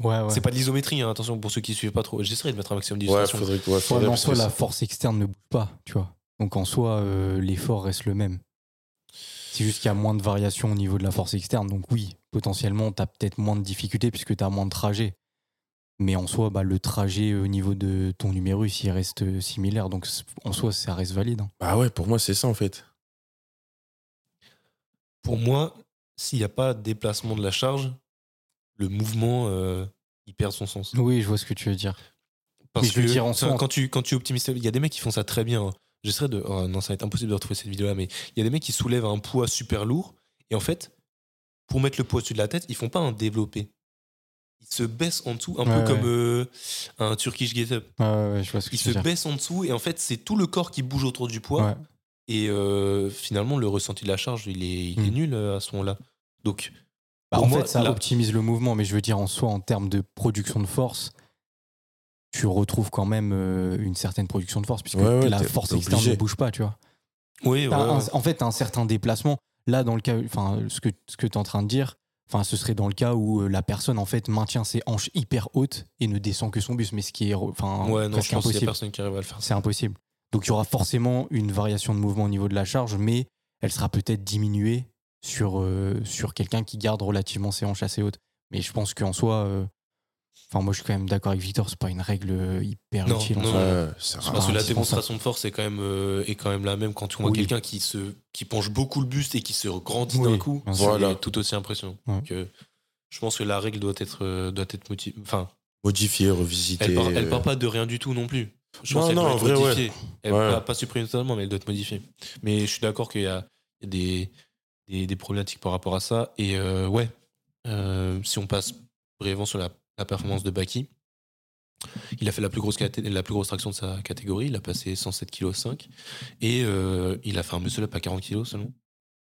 E: Ouais, ouais.
D: C'est pas de l'isométrie, hein, attention pour ceux qui suivent pas trop. J'essaierai de mettre un maximum
C: Ouais,
D: d'illustration.
C: faudrait, ouais,
E: Ouais,
C: faudrait
E: mais en
C: parce
E: soi,
C: que
E: la
C: c'est-
E: force externe ne bouge pas, tu vois. Donc en soi, euh, l'effort reste le même. C'est juste qu'il y a moins de variations au niveau de la force externe. Donc oui, potentiellement, tu as peut-être moins de difficultés puisque tu as moins de trajet. Mais en soi, bah, le trajet au niveau de ton numérus, il reste euh, similaire. Donc c- en soi, ça reste valide. hein.
C: Bah ouais, pour moi, c'est ça en fait.
D: Pour moi, s'il n'y a pas de déplacement de la charge, le mouvement euh, il perd son sens.
E: Oui, je vois ce que tu veux dire.
D: Parce
E: je veux
D: que,
E: dire, en
D: enfin,
E: soi-
D: quand tu quand tu optimises, il y a des mecs qui font ça très bien. hein. J'essaierai de. oh, non, ça va être impossible de retrouver cette vidéo là, mais il y a des mecs qui soulèvent un poids super lourd et en fait, pour mettre le poids au-dessus de la tête, ils font pas un développé. Ils se baissent en dessous, un
E: Ouais,
D: peu
E: ouais.
D: comme euh, un Turkish Get Up.
E: Ouais, ouais, ouais, je vois ce que
D: Ils
E: tu
D: se
E: veux dire.
D: baissent en dessous et en fait, c'est tout le corps qui bouge autour du poids.
E: Ouais.
D: Et euh, finalement, le ressenti de la charge, il est, il est
E: Mm.
D: nul euh, à ce moment-là. Donc,
E: Bah,
D: pour
E: en
D: moi,
E: fait, ça
D: la-
E: optimise le mouvement, mais je veux dire, en soi, en termes de production de force, tu retrouves quand même euh, une certaine production de force, puisque
C: Ouais, ouais,
E: la
C: t'es-
E: force
C: t'es
E: externe
C: obligé.
E: ne bouge pas, tu vois.
D: oui, ouais,
E: T'as Ah, un-
D: ouais.
E: en fait, t'as un certain déplacement. Là, dans le cas, enfin, ce que, ce que tu es en train de dire, enfin, ce serait dans le cas où euh, la personne, en fait, maintient ses hanches hyper hautes et ne descend que son buste, mais ce qui est re- enfin,
D: ouais, non, je pense
E: presque
D: qu'il y a
E: impossible.
D: personne qui arrive à le faire.
E: C'est impossible. Donc, il y aura forcément une variation de mouvement au niveau de la charge, mais elle sera peut-être diminuée sur, euh, sur quelqu'un qui garde relativement ses hanches assez hautes. Mais je pense qu'en soi, euh, enfin, moi, je suis quand même d'accord avec Victor, c'est pas une règle euh, hyper
D: Non,
E: utile. en
D: non,
E: soi.
C: Ouais, ça
E: Ah,
D: Parce que la
E: c'est pour ça.
D: démonstration de force est quand même, euh, est quand même la même quand tu vois
E: Oui.
D: quelqu'un qui, se, qui penche beaucoup le buste et qui se grandit
E: Oui,
D: d'un coup.
E: bien
D: c'est
C: sûr. Voilà.
D: tout aussi impressionnant.
E: Ouais.
D: Donc, euh, je pense que la règle doit être, euh, doit être motivée. Enfin,
C: modifier, revisiter.
D: elle part,
E: euh,
D: elle part pas de rien du tout non plus. Je
C: Non,
D: pense qu'elle
C: non,
D: doit
C: en
D: être
C: vrai, ouais.
D: modifiée. Elle
C: Ouais.
D: va Eh, pas supprimer totalement, mais elle doit être modifiée. Mais je suis d'accord qu'il y a, il y a des, des, des problématiques par rapport à ça. Et euh, ouais, euh, si on passe brièvement sur la, la performance de Baki, il a fait la plus grosse, caté- la plus grosse traction de sa catégorie. Il a passé 107,5 kg. Et euh, il a fait un muscle-up à 40 kg seulement,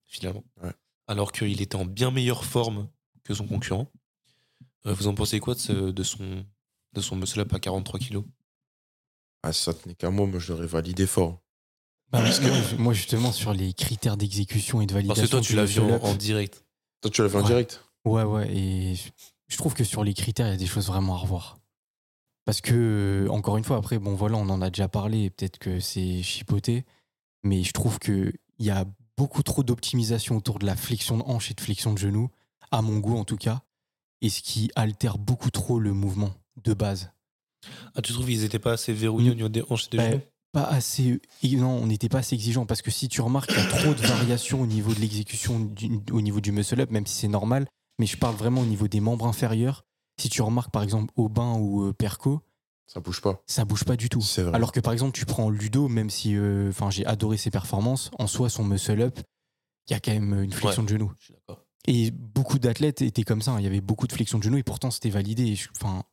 D: finalement.
C: Ouais.
D: Alors qu'il était en bien meilleure forme que son concurrent. Euh, vous en pensez quoi de, ce- de son, de son muscle-up à 43 kg
C: Ah, ça tenait qu'à moi, moi je l'aurais validé fort.
E: Bah, moi, je- moi, justement, sur les critères d'exécution et de validation.
D: Parce que toi, tu
E: du
D: l'as vu en,
E: muscle-up,
D: en direct.
C: Toi, tu l'as vu en
E: Ouais.
C: direct
E: Ouais, ouais, et je- je trouve que sur les critères, il y a des choses vraiment à revoir. Parce que, euh, encore une fois, après, bon, voilà, on en a déjà parlé, et peut-être que c'est chipoté, mais je trouve qu'il y a beaucoup trop d'optimisation autour de la flexion de hanche et de flexion de genou, à mon goût en tout cas, et ce qui altère beaucoup trop le mouvement de base.
D: Ah, tu trouves qu'ils étaient pas assez verrouillés au niveau des hanches et des
E: Bah,
D: genoux
E: pas assez. Non, on n'était pas assez exigeant parce que si tu remarques qu'il y a trop de variations au niveau de l'exécution, du- au niveau du muscle-up, même si c'est normal, mais je parle vraiment au niveau des membres inférieurs. Si tu remarques par exemple Aubin ou euh, Perco,
C: Ça bouge pas.
E: ça bouge pas du tout.
C: C'est vrai.
E: Alors que par exemple, tu prends Ludo, même si euh, enfin, j'ai adoré ses performances, en soi, son muscle-up, il y a quand même euh, une flexion de genou.
D: Je suis d'accord.
E: Et beaucoup d'athlètes étaient comme ça. hein. Il y avait beaucoup de flexions de genoux et pourtant c'était validé. Et je, enfin,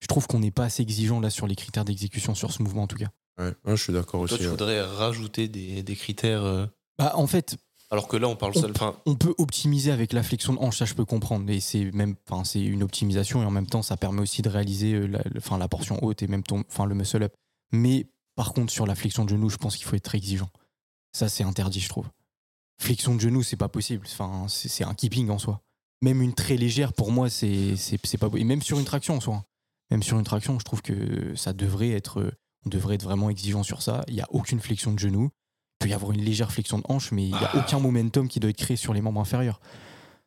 E: je trouve qu'on n'est pas assez exigeant là sur les critères d'exécution sur ce mouvement en tout cas.
C: Ouais, ouais, je suis d'accord
D: Toi,
C: aussi.
D: tu
E: euh,
C: ouais.
D: voudrais rajouter des, des critères. euh,
E: Bah, en fait,
D: alors que là, on parle
E: On-
D: seul. Enfin,
E: on peut optimiser avec la flexion de hanche, ça je peux comprendre. Et c'est même, enfin, c'est une optimisation et en même temps, ça permet aussi de réaliser euh, la, le- enfin, la portion haute et même ton, enfin, le muscle up. Mais par contre, sur la flexion de genou, je pense qu'il faut être très exigeant. Ça, c'est interdit, je trouve. Flexion de genou, c'est pas possible. Enfin, c'est c'est un keeping en soi. Même une très légère, pour moi, c'est c'est- c'est pas. Et même sur une traction en soi. hein. Même sur une traction, je trouve que ça devrait être. euh, On devrait être vraiment exigeant sur ça. Il n'y a aucune flexion de genou peut y avoir une légère flexion de hanche, mais il n'y a
D: Ah.
E: aucun momentum qui doit être créé sur les membres inférieurs.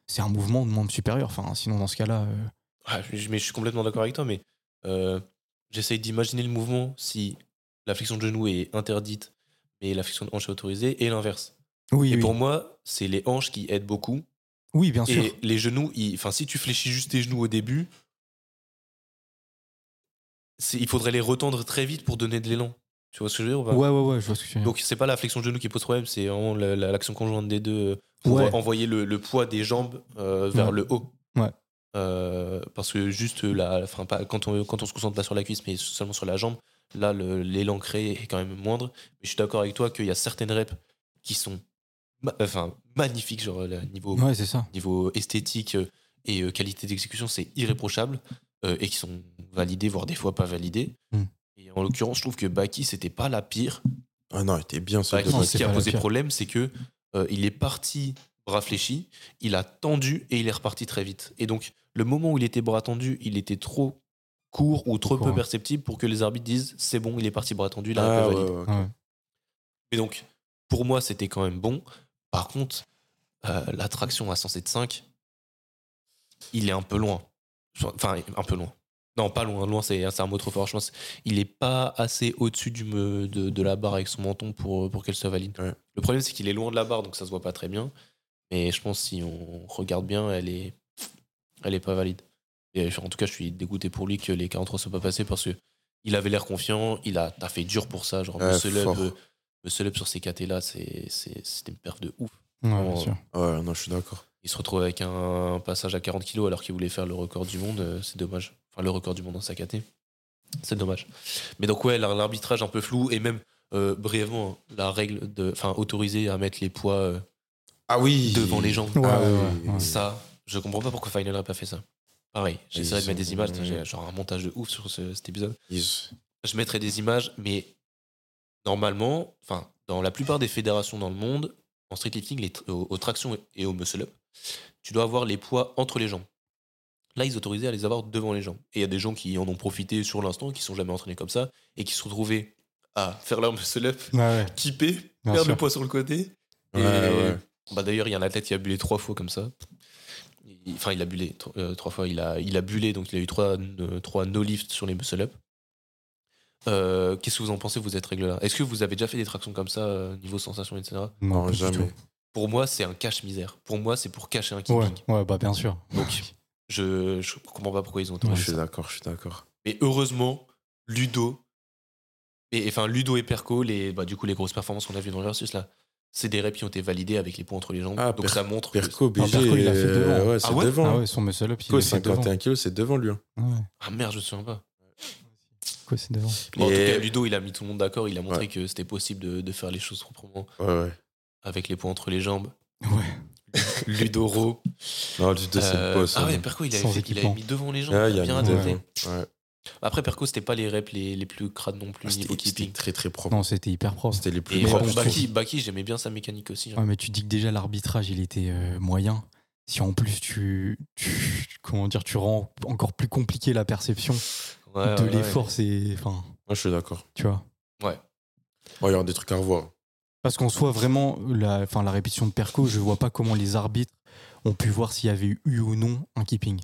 E: C'est un mouvement de membre supérieur. Enfin, sinon, dans ce cas-là, euh,
D: ah, je, mais je suis complètement d'accord avec toi, mais euh, j'essaye d'imaginer le mouvement si la flexion de genou est interdite, mais la flexion de hanche est autorisée, et l'inverse.
E: oui,
D: Et
E: oui.
D: pour moi, c'est les hanches qui aident beaucoup.
E: oui, bien sûr.
D: Et les genoux, ils- enfin, si tu fléchis juste tes genoux au début, c'est- il faudrait les retendre très vite pour donner de l'élan. Tu vois ce que je veux dire ou pas
E: Ouais, ouais, ouais, je vois ce que tu veux dire.
D: Donc c'est pas la flexion de genou qui pose problème, c'est vraiment la- la- l'action conjointe des deux euh, pour
E: Ouais.
D: envoyer le, le poids des jambes euh, vers
E: Ouais.
D: le haut.
E: Ouais.
D: Euh, parce que juste la, enfin, pas, quand, on, quand on se concentre pas sur la cuisse mais seulement sur la jambe, là le- l'élan créé est quand même moindre. Mais je suis d'accord avec toi qu'il y a certaines reps qui sont ma- enfin, magnifiques, genre le niveau,
E: Ouais, c'est ça.
D: niveau esthétique euh, et euh, qualité d'exécution, c'est irréprochable euh, et qui sont validées, voire des fois pas validées.
E: Mm.
D: Et en l'occurrence, je trouve que Baki, c'était pas la pire.
C: Ah non, t'es bien
D: Bah,
C: ce
E: Non,
D: qui- ce
E: c'est
D: qui a
E: pas la
D: posé
E: pire.
D: problème, c'est que euh, il est parti bras fléchi, il a tendu et il est reparti très vite. Et donc, le moment où il était bras tendu, il était trop court ou trop
E: court,
D: peu
E: ouais.
D: perceptible pour que les arbitres disent c'est bon, il est parti bras tendu, il a
C: Ah,
D: un peu
C: ouais,
D: validé.
C: ouais.
E: Ouais.
D: Mais donc, pour moi, c'était quand même bon. Par contre, euh, la traction à 107.5, il est un peu loin. Enfin, un peu loin. Non, pas loin. Loin, c'est c'est un mot trop fort. Je pense il n'est pas assez au-dessus du me- de, de la barre avec son menton pour, pour qu'elle se valide.
C: Ouais.
D: Le problème, c'est qu'il est loin de la barre, donc ça se voit pas très bien. Mais je pense que si on regarde bien, elle est, elle est pas valide. Et en tout cas, je suis dégoûté pour lui que les 43 soient pas passés parce que il avait l'air confiant, il a t'as fait dur pour ça, genre
C: Ouais,
D: muscle up,
C: fort.
D: euh, muscle up sur ces KT là, c'est c'est- c'était une perf de ouf.
E: Ouais,
D: Oh.
E: bien sûr.
C: Ouais, non, je suis d'accord.
D: Il se retrouve avec un passage à 40 kilos alors qu'il voulait faire le record du monde, euh, c'est dommage. Enfin, le record du monde en sa KT, c'est dommage. Mais donc, ouais, l'ar- l'arbitrage un peu flou et même euh, brièvement, hein, la règle de. Enfin, autorisée à mettre les poids euh,
C: Ah oui
D: devant les jambes.
E: Ouais,
C: Ah
E: ouais,
C: oui.
E: ouais, ouais.
D: Ça, je comprends pas pourquoi Final n'a pas fait ça. Pareil, j'essaierai
C: ils
D: de mettre des
C: sont-
D: images, j'ai genre un montage de ouf sur ce- cet épisode.
C: Ils-
D: je mettrai des images, mais normalement, enfin, dans la plupart des fédérations dans le monde, en street lifting, les tr- aux, aux tractions et au muscle up, tu dois avoir les poids entre les jambes. Là, ils autorisaient à les avoir devant les jambes. Et il y a des gens qui en ont profité sur l'instant, qui sont jamais entraînés comme ça, et qui se retrouvaient à faire leur muscle up,
E: Ouais, ouais.
D: kipper,
E: Bien
D: perdre
E: sûr.
D: le poids sur le côté. Et-
C: Ouais, ouais.
D: Bah, D'ailleurs, il y a un athlète qui a bulé trois fois comme ça. Il- Enfin, il a bulé tro- euh, trois fois. Il a, il a bulé, donc il a eu trois, euh, trois no-lift sur les muscle-up. Euh, Qu'est-ce que vous en pensez, vous, cette règle-là Est-ce que vous avez déjà fait des tractions comme ça, euh, niveau sensation, etc.
E: Non,
C: Non,
E: pas du
C: jamais.
E: tout.
D: Pour moi, c'est un cache-misère. Pour moi, c'est pour cacher un keeping.
E: Ouais, ouais, bah bien sûr.
D: Donc, je, je comprends pas pourquoi ils ont
E: Ouais,
D: autorisé
C: je suis
D: ça.
C: d'accord, je suis d'accord.
D: Mais heureusement, Ludo, et, enfin Ludo et Perco, les, bah, du coup, les grosses performances qu'on a vues dans le Versus, là, c'est des reps qui ont été validés avec les points entre les jambes.
C: Ah,
D: donc
C: Per-
D: ça montre. que-
C: Perco, BG,
E: Perco, il a fait
C: euh,
E: devant.
C: ouais, c'est
D: Ah ouais
C: devant.
E: Ah ouais, son muscle up, il
C: Perco,
E: est fait devant.
C: 51 kilos, c'est devant lui. hein.
E: Ouais.
D: Ah merde, je me souviens pas.
E: Quoi, c'est devant.
D: Bon, En tout
C: Et-
D: cas, Ludo, il a mis tout le monde d'accord. Il a montré
C: Ouais.
D: que c'était possible de, de faire les choses proprement
C: Ouais, ouais.
D: avec les points entre les jambes.
E: Ouais.
D: Ludoro. Ro.
C: Non, du tout, c'est
D: Euh,
C: le boss.
D: ah
C: hein.
D: ouais, Perco, il avait,
E: Sans
D: fait- il avait
E: équipement.
D: mis devant les jambes.
C: Ah,
D: il
C: il
D: a
C: y a
D: bien
C: un
E: mis
D: adapté.
C: devant. Ouais.
D: Après, Perco, c'était pas les reps les, les plus crades non plus,
C: Ah,
D: niveau
C: C'était c'était
D: keeping.
C: très très propre.
E: Non, c'était hyper propre.
C: C'était les plus
D: Et
E: Mais
C: propres.
E: bon,
D: euh,
C: je trouve.
D: Baki, Baki, j'aimais bien sa mécanique aussi. hein.
E: Ouais, mais tu dis que déjà l'arbitrage, il était euh, moyen. Si en plus tu, tu- comment dire, tu rends encore plus compliqué la perception
D: Ouais, ouais,
E: de
D: ouais.
E: l'effort, c'est, enfin,
C: Moi, je suis d'accord.
E: tu vois.
C: Oh, il y a des trucs à revoir.
E: Parce qu'on soit vraiment, la, enfin, la répétition de Perco, je vois pas comment les arbitres ont pu voir s'il y avait eu ou non un keeping.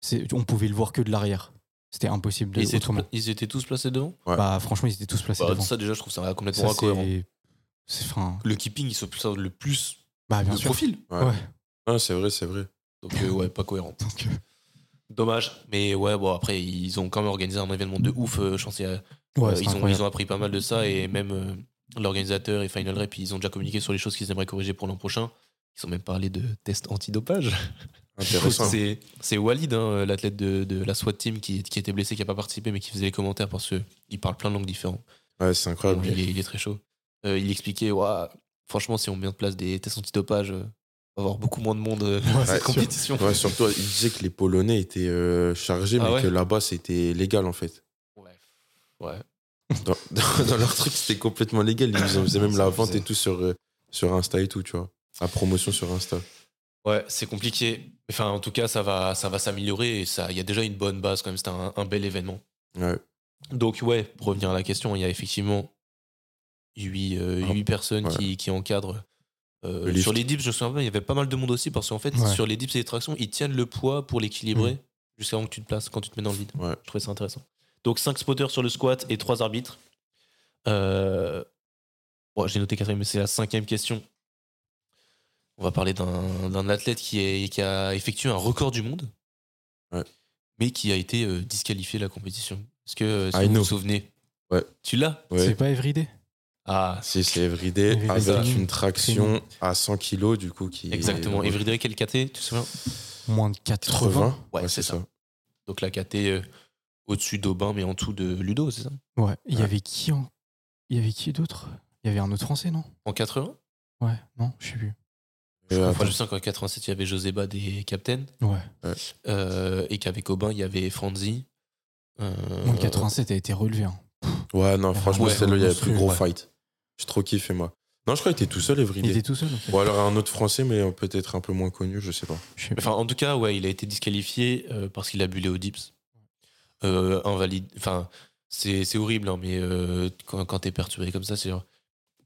E: C'est- On pouvait le voir que de l'arrière. C'était impossible de
D: Ils étaient,
E: autrement.
D: tous- ils étaient tous placés devant
E: Bah, franchement, ils étaient tous placés
D: Bah,
E: devant.
D: Ça, déjà, je trouve ça
E: Ça,
D: complètement
E: c'est-
D: incohérent.
E: c'est enfin,
D: Le keeping, ils sont plus- le plus
E: bah, bien
D: de
E: sûr.
D: profil.
C: Ouais.
E: Ouais.
C: Ah, c'est vrai, c'est vrai.
D: Donc, euh, ouais, pas cohérent.
E: Donc, euh,
D: Dommage. Mais ouais, bon, après, ils ont quand même organisé un événement de ouf. euh, je pense qu'il y a-
E: ouais,
D: euh,
E: c'est
D: ils, ont,
E: incroyable.
D: ils ont appris pas mal de ça et même euh, l'organisateur et Final Rep, ils ont déjà communiqué sur les choses qu'ils aimeraient corriger pour l'an prochain. Ils ont même parlé de tests antidopage.
C: Intéressant.
D: C'est c'est Walid, hein, l'athlète de, de la SWAT team qui, qui était blessé, qui n'a pas participé, mais qui faisait les commentaires parce qu'il parle plein de langues différentes.
C: Ouais, c'est incroyable.
D: Ah, il, est, il est très chaud. Euh, il expliquait Ouah, franchement, si on met en place des tests antidopage, euh, on va avoir beaucoup moins de monde euh, à cette
C: sûr.
D: compétition.
C: Ouais, surtout, il disait que les Polonais étaient euh, chargés,
D: Ah
C: mais
D: ouais
C: que là-bas, c'était légal, en fait.
D: Ouais. Ouais.
C: Dans, dans- dans leur truc, c'était complètement légal. Ils en faisaient même
D: Ça
C: la
D: en
C: vente
D: faisait.
C: et tout sur, euh, sur Insta et tout, tu vois. La promotion sur Insta.
D: Ouais, c'est compliqué. Enfin, en tout cas, ça va, ça va s'améliorer et ça, il y a déjà une bonne base quand même. C'était un, un bel événement.
C: Ouais.
D: Donc, ouais, pour revenir à la question, il y a effectivement 8,
C: Ah,
D: personnes
C: ouais.
D: qui, qui encadrent. Euh,
C: Le lift.
D: sur les dips, je me souviens, pas, il y avait pas mal de monde aussi parce qu'en fait,
E: Ouais.
D: sur les dips et les tractions, ils tiennent le poids pour l'équilibrer jusqu'à avant que tu te places quand tu te mets dans le vide.
C: Mm. Ouais.
D: Je trouvais ça intéressant. Donc, 5 spotters sur le squat et 3 arbitres. Euh, bon, J'ai noté quatrième, mais c'est la cinquième question. On va parler d'un d'un athlète qui, est, qui a effectué un record du monde,
C: Ouais.
D: mais qui a été euh, disqualifié de la compétition. Est-ce que euh, si
C: I
D: vous
C: know.
D: vous souvenez
C: Ah, Ouais.
D: Tu l'as
C: Ouais.
E: C'est pas Everyday
D: Ah,
C: Si, c'est Everyday
E: Everyday
C: avec
E: Training.
C: une traction à 100 kilos, du coup, qui.
D: exactement. Everyday, quel KT Tu te souviens
E: Moins de 80.
C: 80.
D: Ouais, c'est ça. Donc la KT euh, au-dessus d'Aubin, mais en dessous de Ludo, c'est ça
E: Ouais, il y
C: Ouais.
E: avait qui en... Il y avait qui d'autre Il y avait un autre français, non
D: En 80
E: Ouais, non, je sais plus.
C: Euh,
D: Enfin, je sais qu'en 87, il y avait Joseba des Captains,
E: Ouais.
D: euh, et qu'avec Aubin, il y avait Franzi. Euh,
E: Moins de 87 a été relevé. hein.
C: Ouais, non, franchement,
D: Ouais,
C: celle-là, il y a le plus
E: monstrueux,
C: gros
E: ouais.
C: fight. J'ai trop kiffé, moi. Non, je crois qu'il était tout seul,
E: Il était
C: Everyday.
E: tout seul. en fait.
C: Ou alors un autre français, mais euh, peut-être un peu moins connu, je sais pas.
E: Je sais pas.
D: Enfin, en tout cas, ouais, il a été disqualifié euh, parce qu'il a bu les hauts dips. Euh, invalide. Enfin, c'est c'est horrible, hein, mais euh, quand, quand t'es perturbé comme ça, c'est. genre,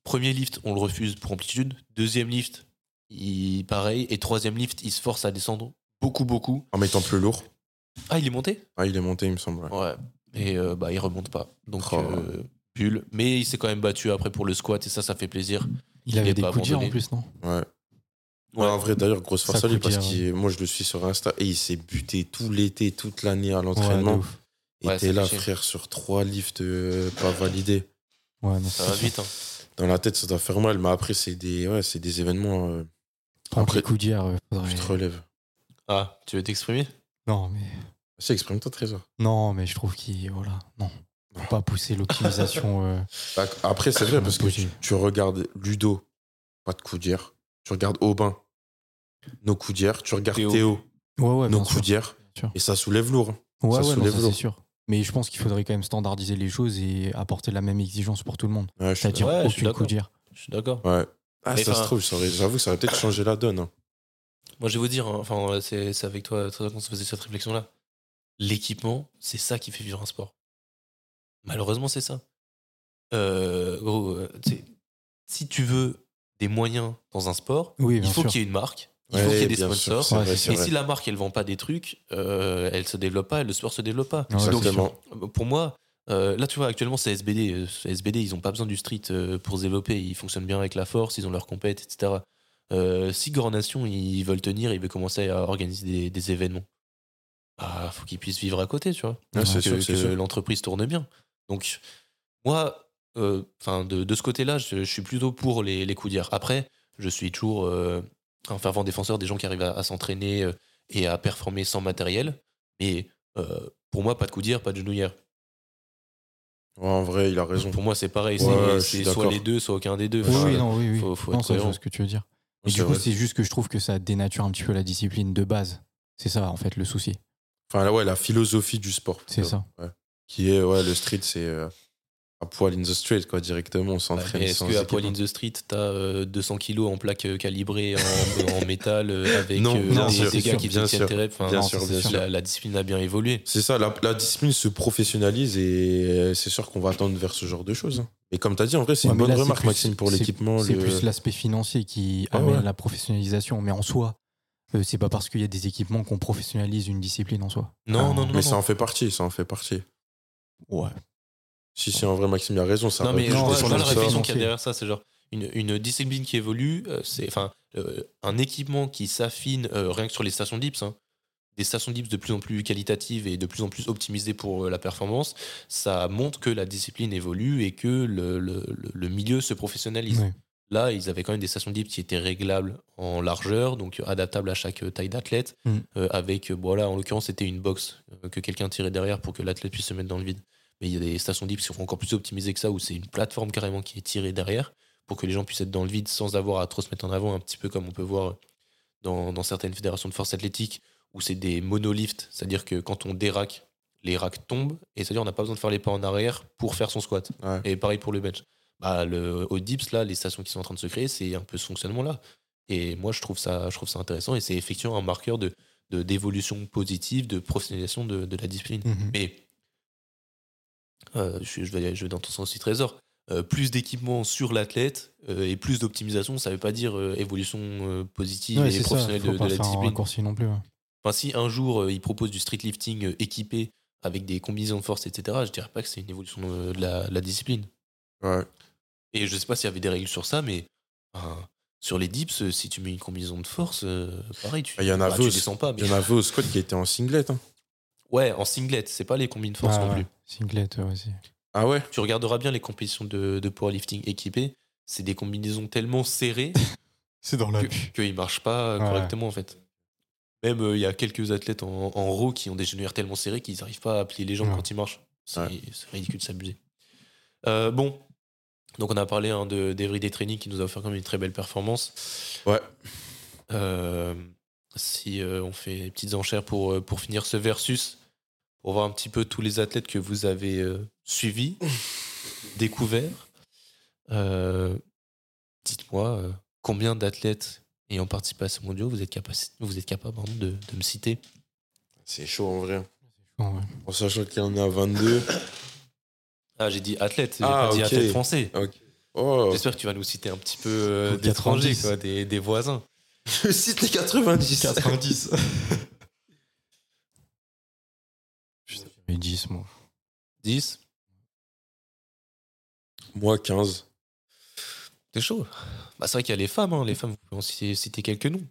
D: Premier lift, on le refuse pour amplitude. Deuxième lift, il, pareil. Et troisième lift, il se force à descendre beaucoup, beaucoup.
C: En mettant plus lourd.
D: Ah, il est monté
C: Ah, il est monté, il me semble. ouais.
D: Ouais. Et euh, bah, il remonte pas. Donc,
C: Oh.
D: euh, bulle. Mais il s'est quand même battu après pour le squat et ça, ça fait plaisir.
E: il
D: il est
E: avait des
D: pas
E: coups de tir en
D: abandonné.
E: plus, non
C: Ouais. Ouais, en vrai, d'ailleurs, grosse
E: Ça
C: force à lui
E: coûte
C: parce
E: cher,
C: que moi, je le suis sur Insta et il s'est buté tout l'été, toute l'année à
E: Ouais, de
C: l'entraînement.
E: ouf.
C: et
D: Ouais,
C: t'es
D: ça
C: là,
D: fait chier.
C: frère, sur trois lifts euh, pas validés.
E: Ouais, non,
D: Ça va vite. hein.
C: Dans la tête, ça doit faire mal, mais après, c'est des, ouais, c'est des événements. euh,
E: Après,
C: Après-
E: les coups de tir, euh, faudrait-
C: Tu te relèves.
D: Ah, tu veux t'exprimer
E: Non, mais...
C: Ça, exprime-toi, Trésor.
E: non, mais je trouve qu'il. Voilà, non. Faut pas pousser l'optimisation. euh,
C: Bah, Après, c'est vrai parce que
E: Impossible.
C: tu, tu regardes Ludo, pas de coup d'hier. Tu regardes Aubin, nos coups d'hier. Tu regardes
D: Théo.
C: Théo,
E: Ouais, ouais,
C: nos
E: bien sûr.
C: coups d'hier.
E: sûr.
C: Et ça soulève lourd. hein.
E: Ouais,
C: Ça
E: ouais, non,
C: soulève
E: ça, c'est
C: l'eau.
E: sûr. Mais je pense qu'il faudrait quand même standardiser les choses et apporter la même exigence pour tout le monde.
C: Ouais, je suis
E: C'est-à-dire
D: Ouais, je suis
E: aucune coup
D: d'accord.
E: de tir.
D: Je suis d'accord.
C: d'accord. Ouais. Ah,
D: Mais
C: ça
D: enfin-
C: se trouve, ça aurait- j'avoue, ça aurait peut-être changé la donne. hein.
D: Moi, je vais vous dire, hein, enfin, euh, c'est c'est avec toi, très qu'on se faisait cette réflexion-là. L'équipement, c'est ça qui fait vivre un sport. Malheureusement, c'est ça. Euh, gros, euh, tu sais, si tu veux des moyens dans un sport,
E: Oui, bien
D: il faut
E: sûr.
D: qu'il y ait une marque, il faut
C: Ouais,
D: qu'il y ait des
C: bien sûr,
D: sponsors.
C: c'est
E: Ouais,
C: vrai,
E: c'est
C: c'est
D: Et
C: vrai.
D: si la marque, elle vend pas des trucs, euh, elle se développe pas, et le sport se développe pas.
E: Ouais,
D: Donc,
C: Exactement.
D: pour moi, euh, là, tu vois, actuellement, c'est SBD. Euh, c'est SBD, ils ont pas besoin du street euh, pour se développer. Ils fonctionnent bien avec la force, ils ont leur compète, etc. Euh, si Grand Nation, ils veulent tenir, ils veulent commencer à organiser des, des événements, bah, faut qu'ils puissent vivre à côté, tu vois.
C: Ouais, Ah, c'est
D: que
C: sûr, c'est
D: que
C: sûr.
D: l'entreprise tourne bien. Donc, moi, euh, 'fin, de, de ce côté-là, je, je suis plutôt pour les, les coups d'hier. Après, je suis toujours euh, un fervent défenseur des gens qui arrivent à, à s'entraîner euh, et à performer sans matériel. Mais euh, pour moi, pas de coups d'hier, pas de genouillère.
C: Ouais, en vrai, il a raison.
D: Pour moi, c'est pareil. c'est-
C: Ouais, je suis
D: c'est soit
C: d'accord.
D: les deux, soit aucun des deux.
E: Oui,
D: Enfin,
E: oui, non, oui, oui.
D: faut- faut
E: Non,
D: être
E: ça, je
D: cohérent.
E: vois ce que tu veux dire. Et
C: C'est
E: du coup,
C: vrai.
E: c'est juste que je trouve que ça dénature un petit peu la discipline de base. C'est ça, en fait, le souci.
C: Enfin, là, ouais, la philosophie du sport.
E: C'est ça.
C: Qui est, ouais, le street, c'est euh, à poil in the street, quoi, directement. On
D: Ouais,
C: s'entraîne
D: mais Est-ce
C: sans hein.
D: que à
C: équipement.
D: Poil in the Street, t'as euh, 200 kilos en plaque euh, calibrée en, en métal euh, avec
C: Non,
D: euh,
E: non,
D: des,
E: bien
D: des
E: sûr,
D: gars qui
C: bien
D: tiennent
C: sûr,
D: tes reps Enfin,
C: Bien
E: Non,
C: sûr,
E: ça, c'est
C: bien
E: sûr.
C: sûr.
D: la, la discipline a bien évolué.
C: C'est ça, la, la discipline se professionnalise et euh, c'est sûr qu'on va attendre vers ce genre de choses. hein. Et comme tu as dit, en vrai, c'est
E: Ouais,
C: une
E: mais
C: bonne
E: là, c'est
C: remarque,
E: plus-
C: Maxime, pour
E: c'est-
C: l'équipement.
E: C'est
C: le-
E: plus l'aspect financier qui
C: Ah
E: amène
C: ouais.
E: la professionnalisation. Mais en soi, euh, c'est pas parce qu'il y a des équipements qu'on professionnalise une discipline en soi.
D: Non,
E: Ah,
D: non, non.
C: Mais
D: non.
C: ça en fait partie, ça en fait partie.
E: Ouais.
C: Si, si, en vrai, Maxime, il a raison. Ça
D: non, mais
C: je
D: je vois,
C: pense
D: je
E: sur
D: vois
E: le
D: la
C: que ça-
D: réflexion
E: sort.
D: qu'il y a derrière ça. C'est genre une, une discipline qui évolue, euh, c'est enfin euh, un équipement qui s'affine euh, rien que sur les stations de dips. hein. Des stations de dips de plus en plus qualitatives et de plus en plus optimisées pour euh, la performance, ça montre que la discipline évolue et que le, le- le- le milieu se professionnalise.
E: Ouais.
D: Là, ils avaient quand même des stations de dips qui étaient réglables en largeur, donc adaptables à chaque euh, taille d'athlète.
E: Mm.
D: euh, avec, euh, bon, là, en l'occurrence, c'était une box euh, que quelqu'un tirait derrière pour que l'athlète puisse se mettre dans le vide. Mais il y a des stations dips qui sont encore plus optimisées que ça, où c'est une plateforme carrément qui est tirée derrière pour que les gens puissent être dans le vide sans avoir à trop se mettre en avant, un petit peu comme on peut voir dans, dans certaines fédérations de force athlétique, où c'est des monolifts, c'est-à-dire que quand on déraque, les racks tombent, et c'est-à-dire on n'a pas besoin de faire les pas en arrière pour faire son squat.
C: Ouais.
D: Et pareil pour le bench. Bah, le, au dips, là, les stations qui sont en train de se créer, c'est un peu ce fonctionnement-là. Et moi, je trouve ça, je trouve ça intéressant, et c'est effectivement un marqueur de de- d'évolution positive, de professionnalisation de- de la discipline.
E: Mhm.
D: Mais euh, je, je vais, je vais dans ton sens aussi, Trésor. Euh, plus d'équipement sur l'athlète euh, et plus d'optimisation, ça veut pas dire euh, évolution euh, positive
E: Ouais,
D: et
E: c'est ça,
D: professionnelle
E: faut
D: de,
E: pas
D: de la
E: faire un
D: discipline.
E: raccourci non plus. ouais.
D: Enfin, si un jour euh, ils proposent du street lifting euh, équipé avec des combinaisons de force, etc., je dirais pas que c'est une évolution euh, de, la, de la discipline.
C: Ouais.
D: Et je sais pas s'il y avait des règles sur ça, mais enfin, sur les dips, euh, si tu mets une combinaison de force, euh, pareil, tu,
C: Il y en
D: bah,
C: avait
D: tu
C: aussi.
D: descends pas. mais-
C: Il y en avait au squat qui était en singlet. hein.
D: Ouais, en singlet, c'est pas les combines de force
E: Ah,
D: non plus.
E: ouais. Singlet ouais, aussi.
C: Ah ouais
D: tu regarderas bien les compétitions de, de powerlifting équipées, c'est des combinaisons tellement serrées
E: C'est dans la
D: que- qu'ils ne marchent pas euh,
E: Ouais.
D: correctement en fait. Même euh, il y a quelques athlètes en, en row qui ont des genouillères tellement serrées qu'ils n'arrivent pas à plier les jambes
E: Ouais.
D: quand ils marchent. C'est
C: Ouais.
D: c'est ridicule, c'est abusé. Euh, bon, donc on a parlé hein, de- d'Everyday Training qui nous a offert quand même une très belle performance.
C: Ouais.
D: Euh, si euh, on fait des petites enchères pour, euh, pour finir ce versus, pour voir un petit peu tous les athlètes que vous avez euh, suivis, découverts, euh, dites-moi euh, combien d'athlètes ayant participé à ce mondiaux vous êtes, capaci- vous êtes capable pardon, de, de me citer
C: C'est chaud en vrai.
E: Bon, ouais.
C: En sachant qu'il y en a 22.
D: Ah, j'ai dit athlète, j'ai
C: Ah,
D: pas dit
C: ok.
D: athlète français.
C: Oh
D: J'espère que tu vas nous citer un petit peu euh,
E: Ou
D: d'étrangers,
E: 90.
D: quoi, des, des voisins.
C: Je cite les 90.
E: 90. Putain, j'avais 10, moi.
D: 10
C: Moi, 15.
D: C'est chaud. Bah, c'est vrai qu'il y a les femmes, hein. les femmes, vous pouvez en citer, citer quelques noms.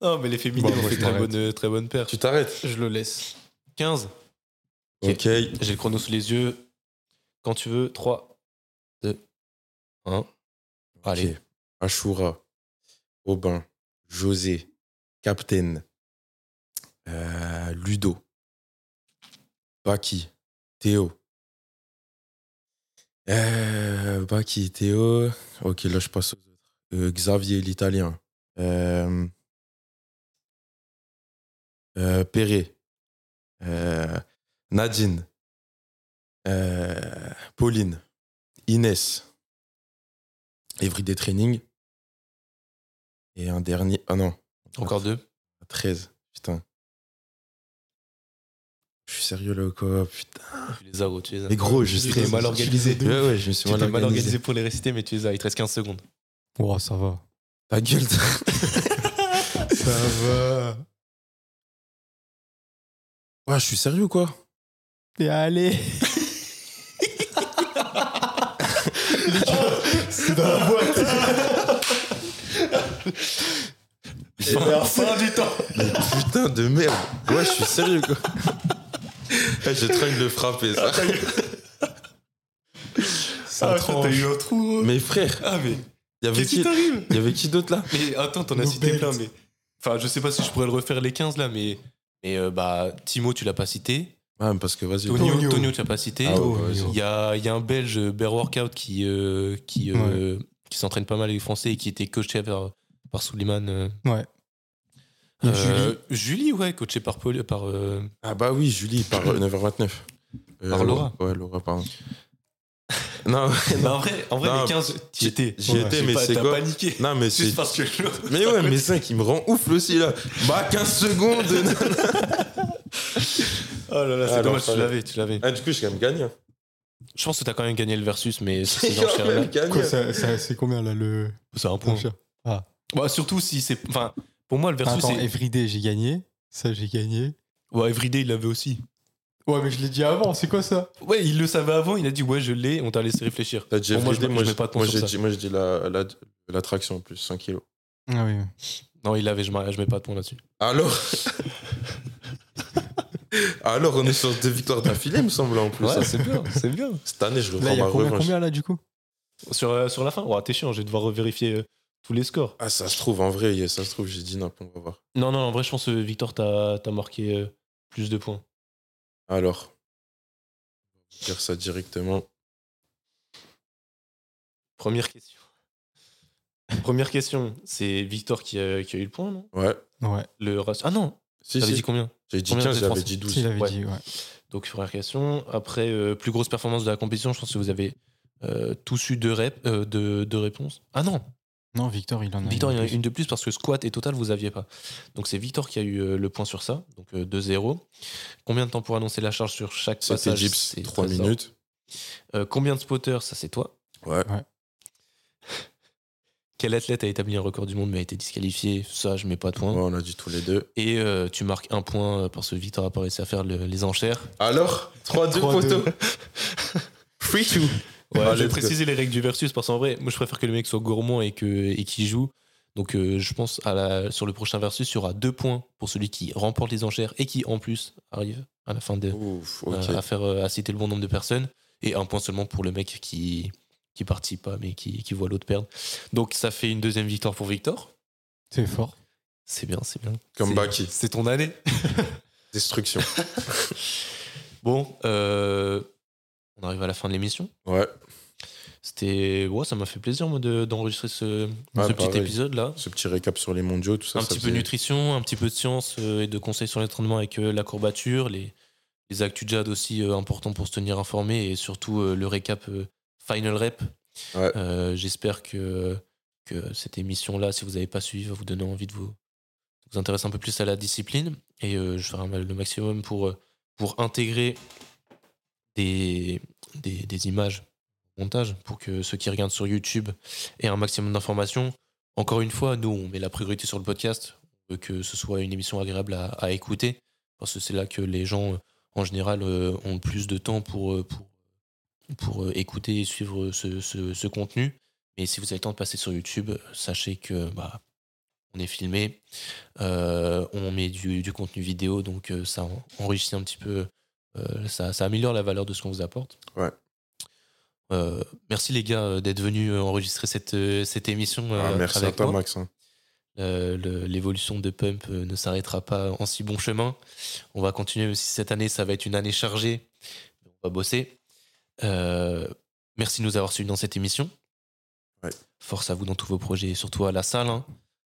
D: non, mais les féminines
E: Bon,
D: ont
E: moi,
D: fait
E: je
D: très
E: m'arrête.
D: bonne, euh, très bonne paire.
C: Tu t'arrêtes
E: Je le laisse.
D: 15
C: Ok.
D: J'ai le chrono sous les yeux. Quand tu veux, 3, 2, 1. Allez.
C: Ok. Ashura, Aubin, José, Captain, euh, Ludo, Baki, Théo. Euh, Baki, Théo. Ok, là je passe aux autres. Euh, Xavier, l'italien. Euh, euh, Perret. Euh, Nadine. Euh, Pauline. Inès. Everyday Training. Et un dernier. Ah non,
D: Encore deux.
C: à 13. Putain. Je suis sérieux là ou quoi Putain.
D: Tu les as, gros, tu les as.
C: Mais gros, je
D: Tu
C: suis
D: t'es mal organisé.
C: Ouais, ouais, je me suis
D: Tu
C: mal
D: t'es
C: organisé.
D: mal organisé pour les réciter, mais tu les as. Il te reste 15 secondes.
E: Oh, ça va.
C: Ta gueule.
E: Ça va.
C: Ouais, je suis sérieux ou quoi
E: T'es allé.
D: Fin du temps
C: Mais putain de merde. Ouais, je suis sérieux quoi. Ah, Ouais, je train de le frapper ça.
E: Ça tranche.
D: un trou.
C: Mais frère,
D: Ah, mais
C: il y avait
D: qu'est-ce
C: qui,
D: qui t'arrive
C: y avait qui d'autre là
D: Mais attends, t'en as
E: Nos
D: cité
E: bêtes.
D: plein, mais. Enfin, je sais pas si je pourrais le refaire les 15 là, mais. Mais euh, bah, Timo, tu l'as pas cité.
C: Ouais, mais Ah, parce que vas-y.
D: Tonio,
E: Tonio.
D: Tonio, tu l'as pas cité.
C: Ah ouais,
E: Oh,
C: vas-y.
D: Il y a, il y a un Belge, Bear Workout, qui, euh, qui, euh, qui s'entraîne pas mal avec les Français et qui était coaché par, par Souliman. euh.
E: Ouais. Et
D: Euh, Julie, ouais, coaché par Paul, par. euh,
C: Ah bah oui, Julie, par euh, 9h29. Euh,
D: Par Laura.
C: Ouais, Laura, pardon. non,
D: Bah, en vrai, en vrai
C: Non,
D: les 15, t'y étais.
C: j'y
E: Ouais.
C: étais,
D: J'ai
C: mais
D: pas-
C: c'est
D: t'as
C: quoi
D: paniqué.
C: Non, mais c'est.
D: Juste parce que.
C: Mais ouais, mais 5, il me rend ouf aussi là. Bah 15 secondes.
D: Oh là là, c'est
C: Alors,
D: dommage,
C: ça
D: tu
C: va.
D: l'avais, tu l'avais.
C: ah, du coup, j'ai quand même gagné. hein.
D: Je pense que t'as quand même gagné le versus, mais sur
C: C'est
D: ces
C: quand
D: enchères-là,
C: même gagné.
E: Quoi, ça- ça- c'est combien là le.
D: c'est un point. Bah, surtout si c'est. Enfin, pour moi, le versus,
E: Attends,
D: c'est.
E: Everyday, j'ai gagné. Ça, j'ai gagné.
D: Ouais, Everyday, il l'avait aussi.
E: Ouais, mais je l'ai dit avant, c'est quoi ça
D: Ouais, il le savait avant, il a dit, ouais, je l'ai, on t'a laissé réfléchir.
C: T'as dit
D: Pour moi, je
C: FDD,
D: me-
C: moi,
D: je
C: je
D: mets pas de
C: moi,
D: temps sur
C: j'ai
D: ça.
C: dit, moi, j'ai dit la, la, l'attraction en plus, 5 kilos.
E: Ah oui.
D: Non, il l'avait, je, m'a- je mets pas de point là-dessus.
C: Alors Alors, on est sur deux victoires d'affilée, me semble, en plus. hein.
D: c'est bien, c'est bien.
C: Cette année, je
E: Là,
C: reprends
E: il y
C: ma
E: a combien,
C: revanche.
E: combien, là du coup
D: Sur, euh, sur la fin, oh, t'es chiant, je vais devoir revérifier euh, tous les scores.
C: Ah, ça se trouve, en vrai, ça se trouve, j'ai dit n'importe on va voir.
D: Non, non, en vrai, je pense que Victor, t'as t'as marqué euh, plus de points.
C: Alors, je vais dire ça directement.
D: Première question. Première question, c'est Victor qui a, qui a eu le point, non
C: Ouais.
E: Ouais,
D: Le ratio- Ah non,
C: Si,
D: t'avais
C: si.
D: dit combien
C: J'ai dit
D: combien
C: 15,
D: de
C: j'avais
D: Français
C: dit 12.
E: s'il avait
D: ouais.
E: dit, ouais.
D: Donc, première question. Après, euh, plus grosse performance de la compétition, je pense que vous avez euh, tous eu deux, rép- euh, deux- deux réponses. Ah non,
E: Non, Victor, il en a.
D: Victor, il y en a
E: plus.
D: une de plus parce que squat et total, vous aviez pas. Donc c'est Victor qui a eu euh, le point sur ça, donc euh, 2-0. Combien de temps pour annoncer la charge sur chaque
C: C'était
D: passage
C: Gips,
D: C'est
C: 3
D: Trésor.
C: minutes.
D: Euh, combien de spotters Ça, c'est toi.
C: Ouais.
E: Ouais.
D: Quel athlète a établi un record du monde mais a été disqualifié Ça, je mets pas de
C: Ouais,
D: point.
C: on a dit tous les deux.
D: Et euh, tu marques un point euh, parce que Victor a pas réussi à faire le- les enchères.
C: Alors 3-2,
E: 3-2.
C: poteau Free to
D: Ouais,
C: Ah,
D: je vais
C: let's go.
D: préciser les règles du versus parce qu'en vrai, moi je préfère que les mecs soient gourmands et que et qu'ils jouent. Donc euh, je pense à la, sur le prochain versus, il y aura deux points pour celui qui remporte les enchères et qui en plus arrive à la fin de
C: Ouf, ok.
D: euh, à faire euh, à citer le bon nombre de personnes et un point seulement pour le mec qui qui participe pas mais qui, qui voit l'autre perdre. Donc ça fait une deuxième victoire pour Victor.
E: C'est fort.
D: C'est bien, c'est bien.
C: Comme
D: C'est-
C: Baki.
D: C'est ton année.
C: Destruction.
D: Bon, euh, on arrive à la fin de l'émission.
C: Ouais.
D: C'était. Ouais, ça m'a fait plaisir moi, de- d'enregistrer ce,
C: Ouais,
D: ce petit
C: pareil.
D: épisode là.
C: Ce petit récap sur les mondiaux, tout ça.
D: un
C: ça
D: petit peu
C: faisait-
D: nutrition, un petit peu de science euh, et de conseils sur l'entraînement avec euh, la courbature, les, les actus jad aussi euh, importants pour se tenir informé et surtout euh, le récap euh, final rep.
C: Ouais.
D: Euh, J'espère que, que cette émission là, si vous n'avez pas suivi, va vous donner envie de vous, de vous intéresser un peu plus à la discipline et euh, je ferai un- le maximum pour, euh, pour intégrer des, des, des images au montage pour que ceux qui regardent sur YouTube aient un maximum d'informations. Encore une fois, nous, on met la priorité sur le podcast, on veut euh, que ce soit une émission agréable à, à écouter, parce que c'est là que les gens, euh, en général, euh, ont le plus de temps pour, euh, pour, pour euh, écouter et suivre ce, ce- ce contenu. Mais si vous avez le temps de passer sur YouTube, sachez que bah, on est filmé, euh, on met du, du contenu vidéo, donc euh, ça en- enrichit un petit peu, euh, ça, ça améliore la valeur de ce qu'on vous apporte.
C: Ouais.
D: Euh, merci les gars euh, d'être venus euh, enregistrer cette, euh, cette émission.
C: Ah,
D: euh,
C: merci à
D: avec
C: toi,
D: moi.
C: Max. hein.
D: Euh, le- L'évolution de Pump euh, ne s'arrêtera pas en si bon chemin. On va continuer, même si cette année, ça va être une année chargée. On va bosser. Euh, merci de nous avoir suivis dans cette émission.
C: Ouais.
D: Force à vous dans tous vos projets, et surtout à la salle. hein.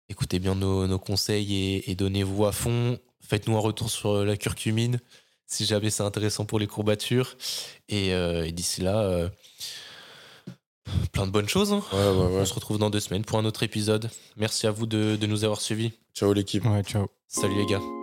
D: Écoutez bien nos, nos conseils et, et donnez-vous à fond. Faites-nous un retour sur la curcumine, si jamais c'est intéressant pour les courbatures. Et, euh, et d'ici là, euh, plein de bonnes choses. hein.
C: Ouais, ouais, ouais.
D: On se retrouve dans deux semaines pour un autre épisode. Merci à vous de, de nous avoir suivis.
C: Ciao, l'équipe.
E: Ouais, ciao.
D: Salut les gars.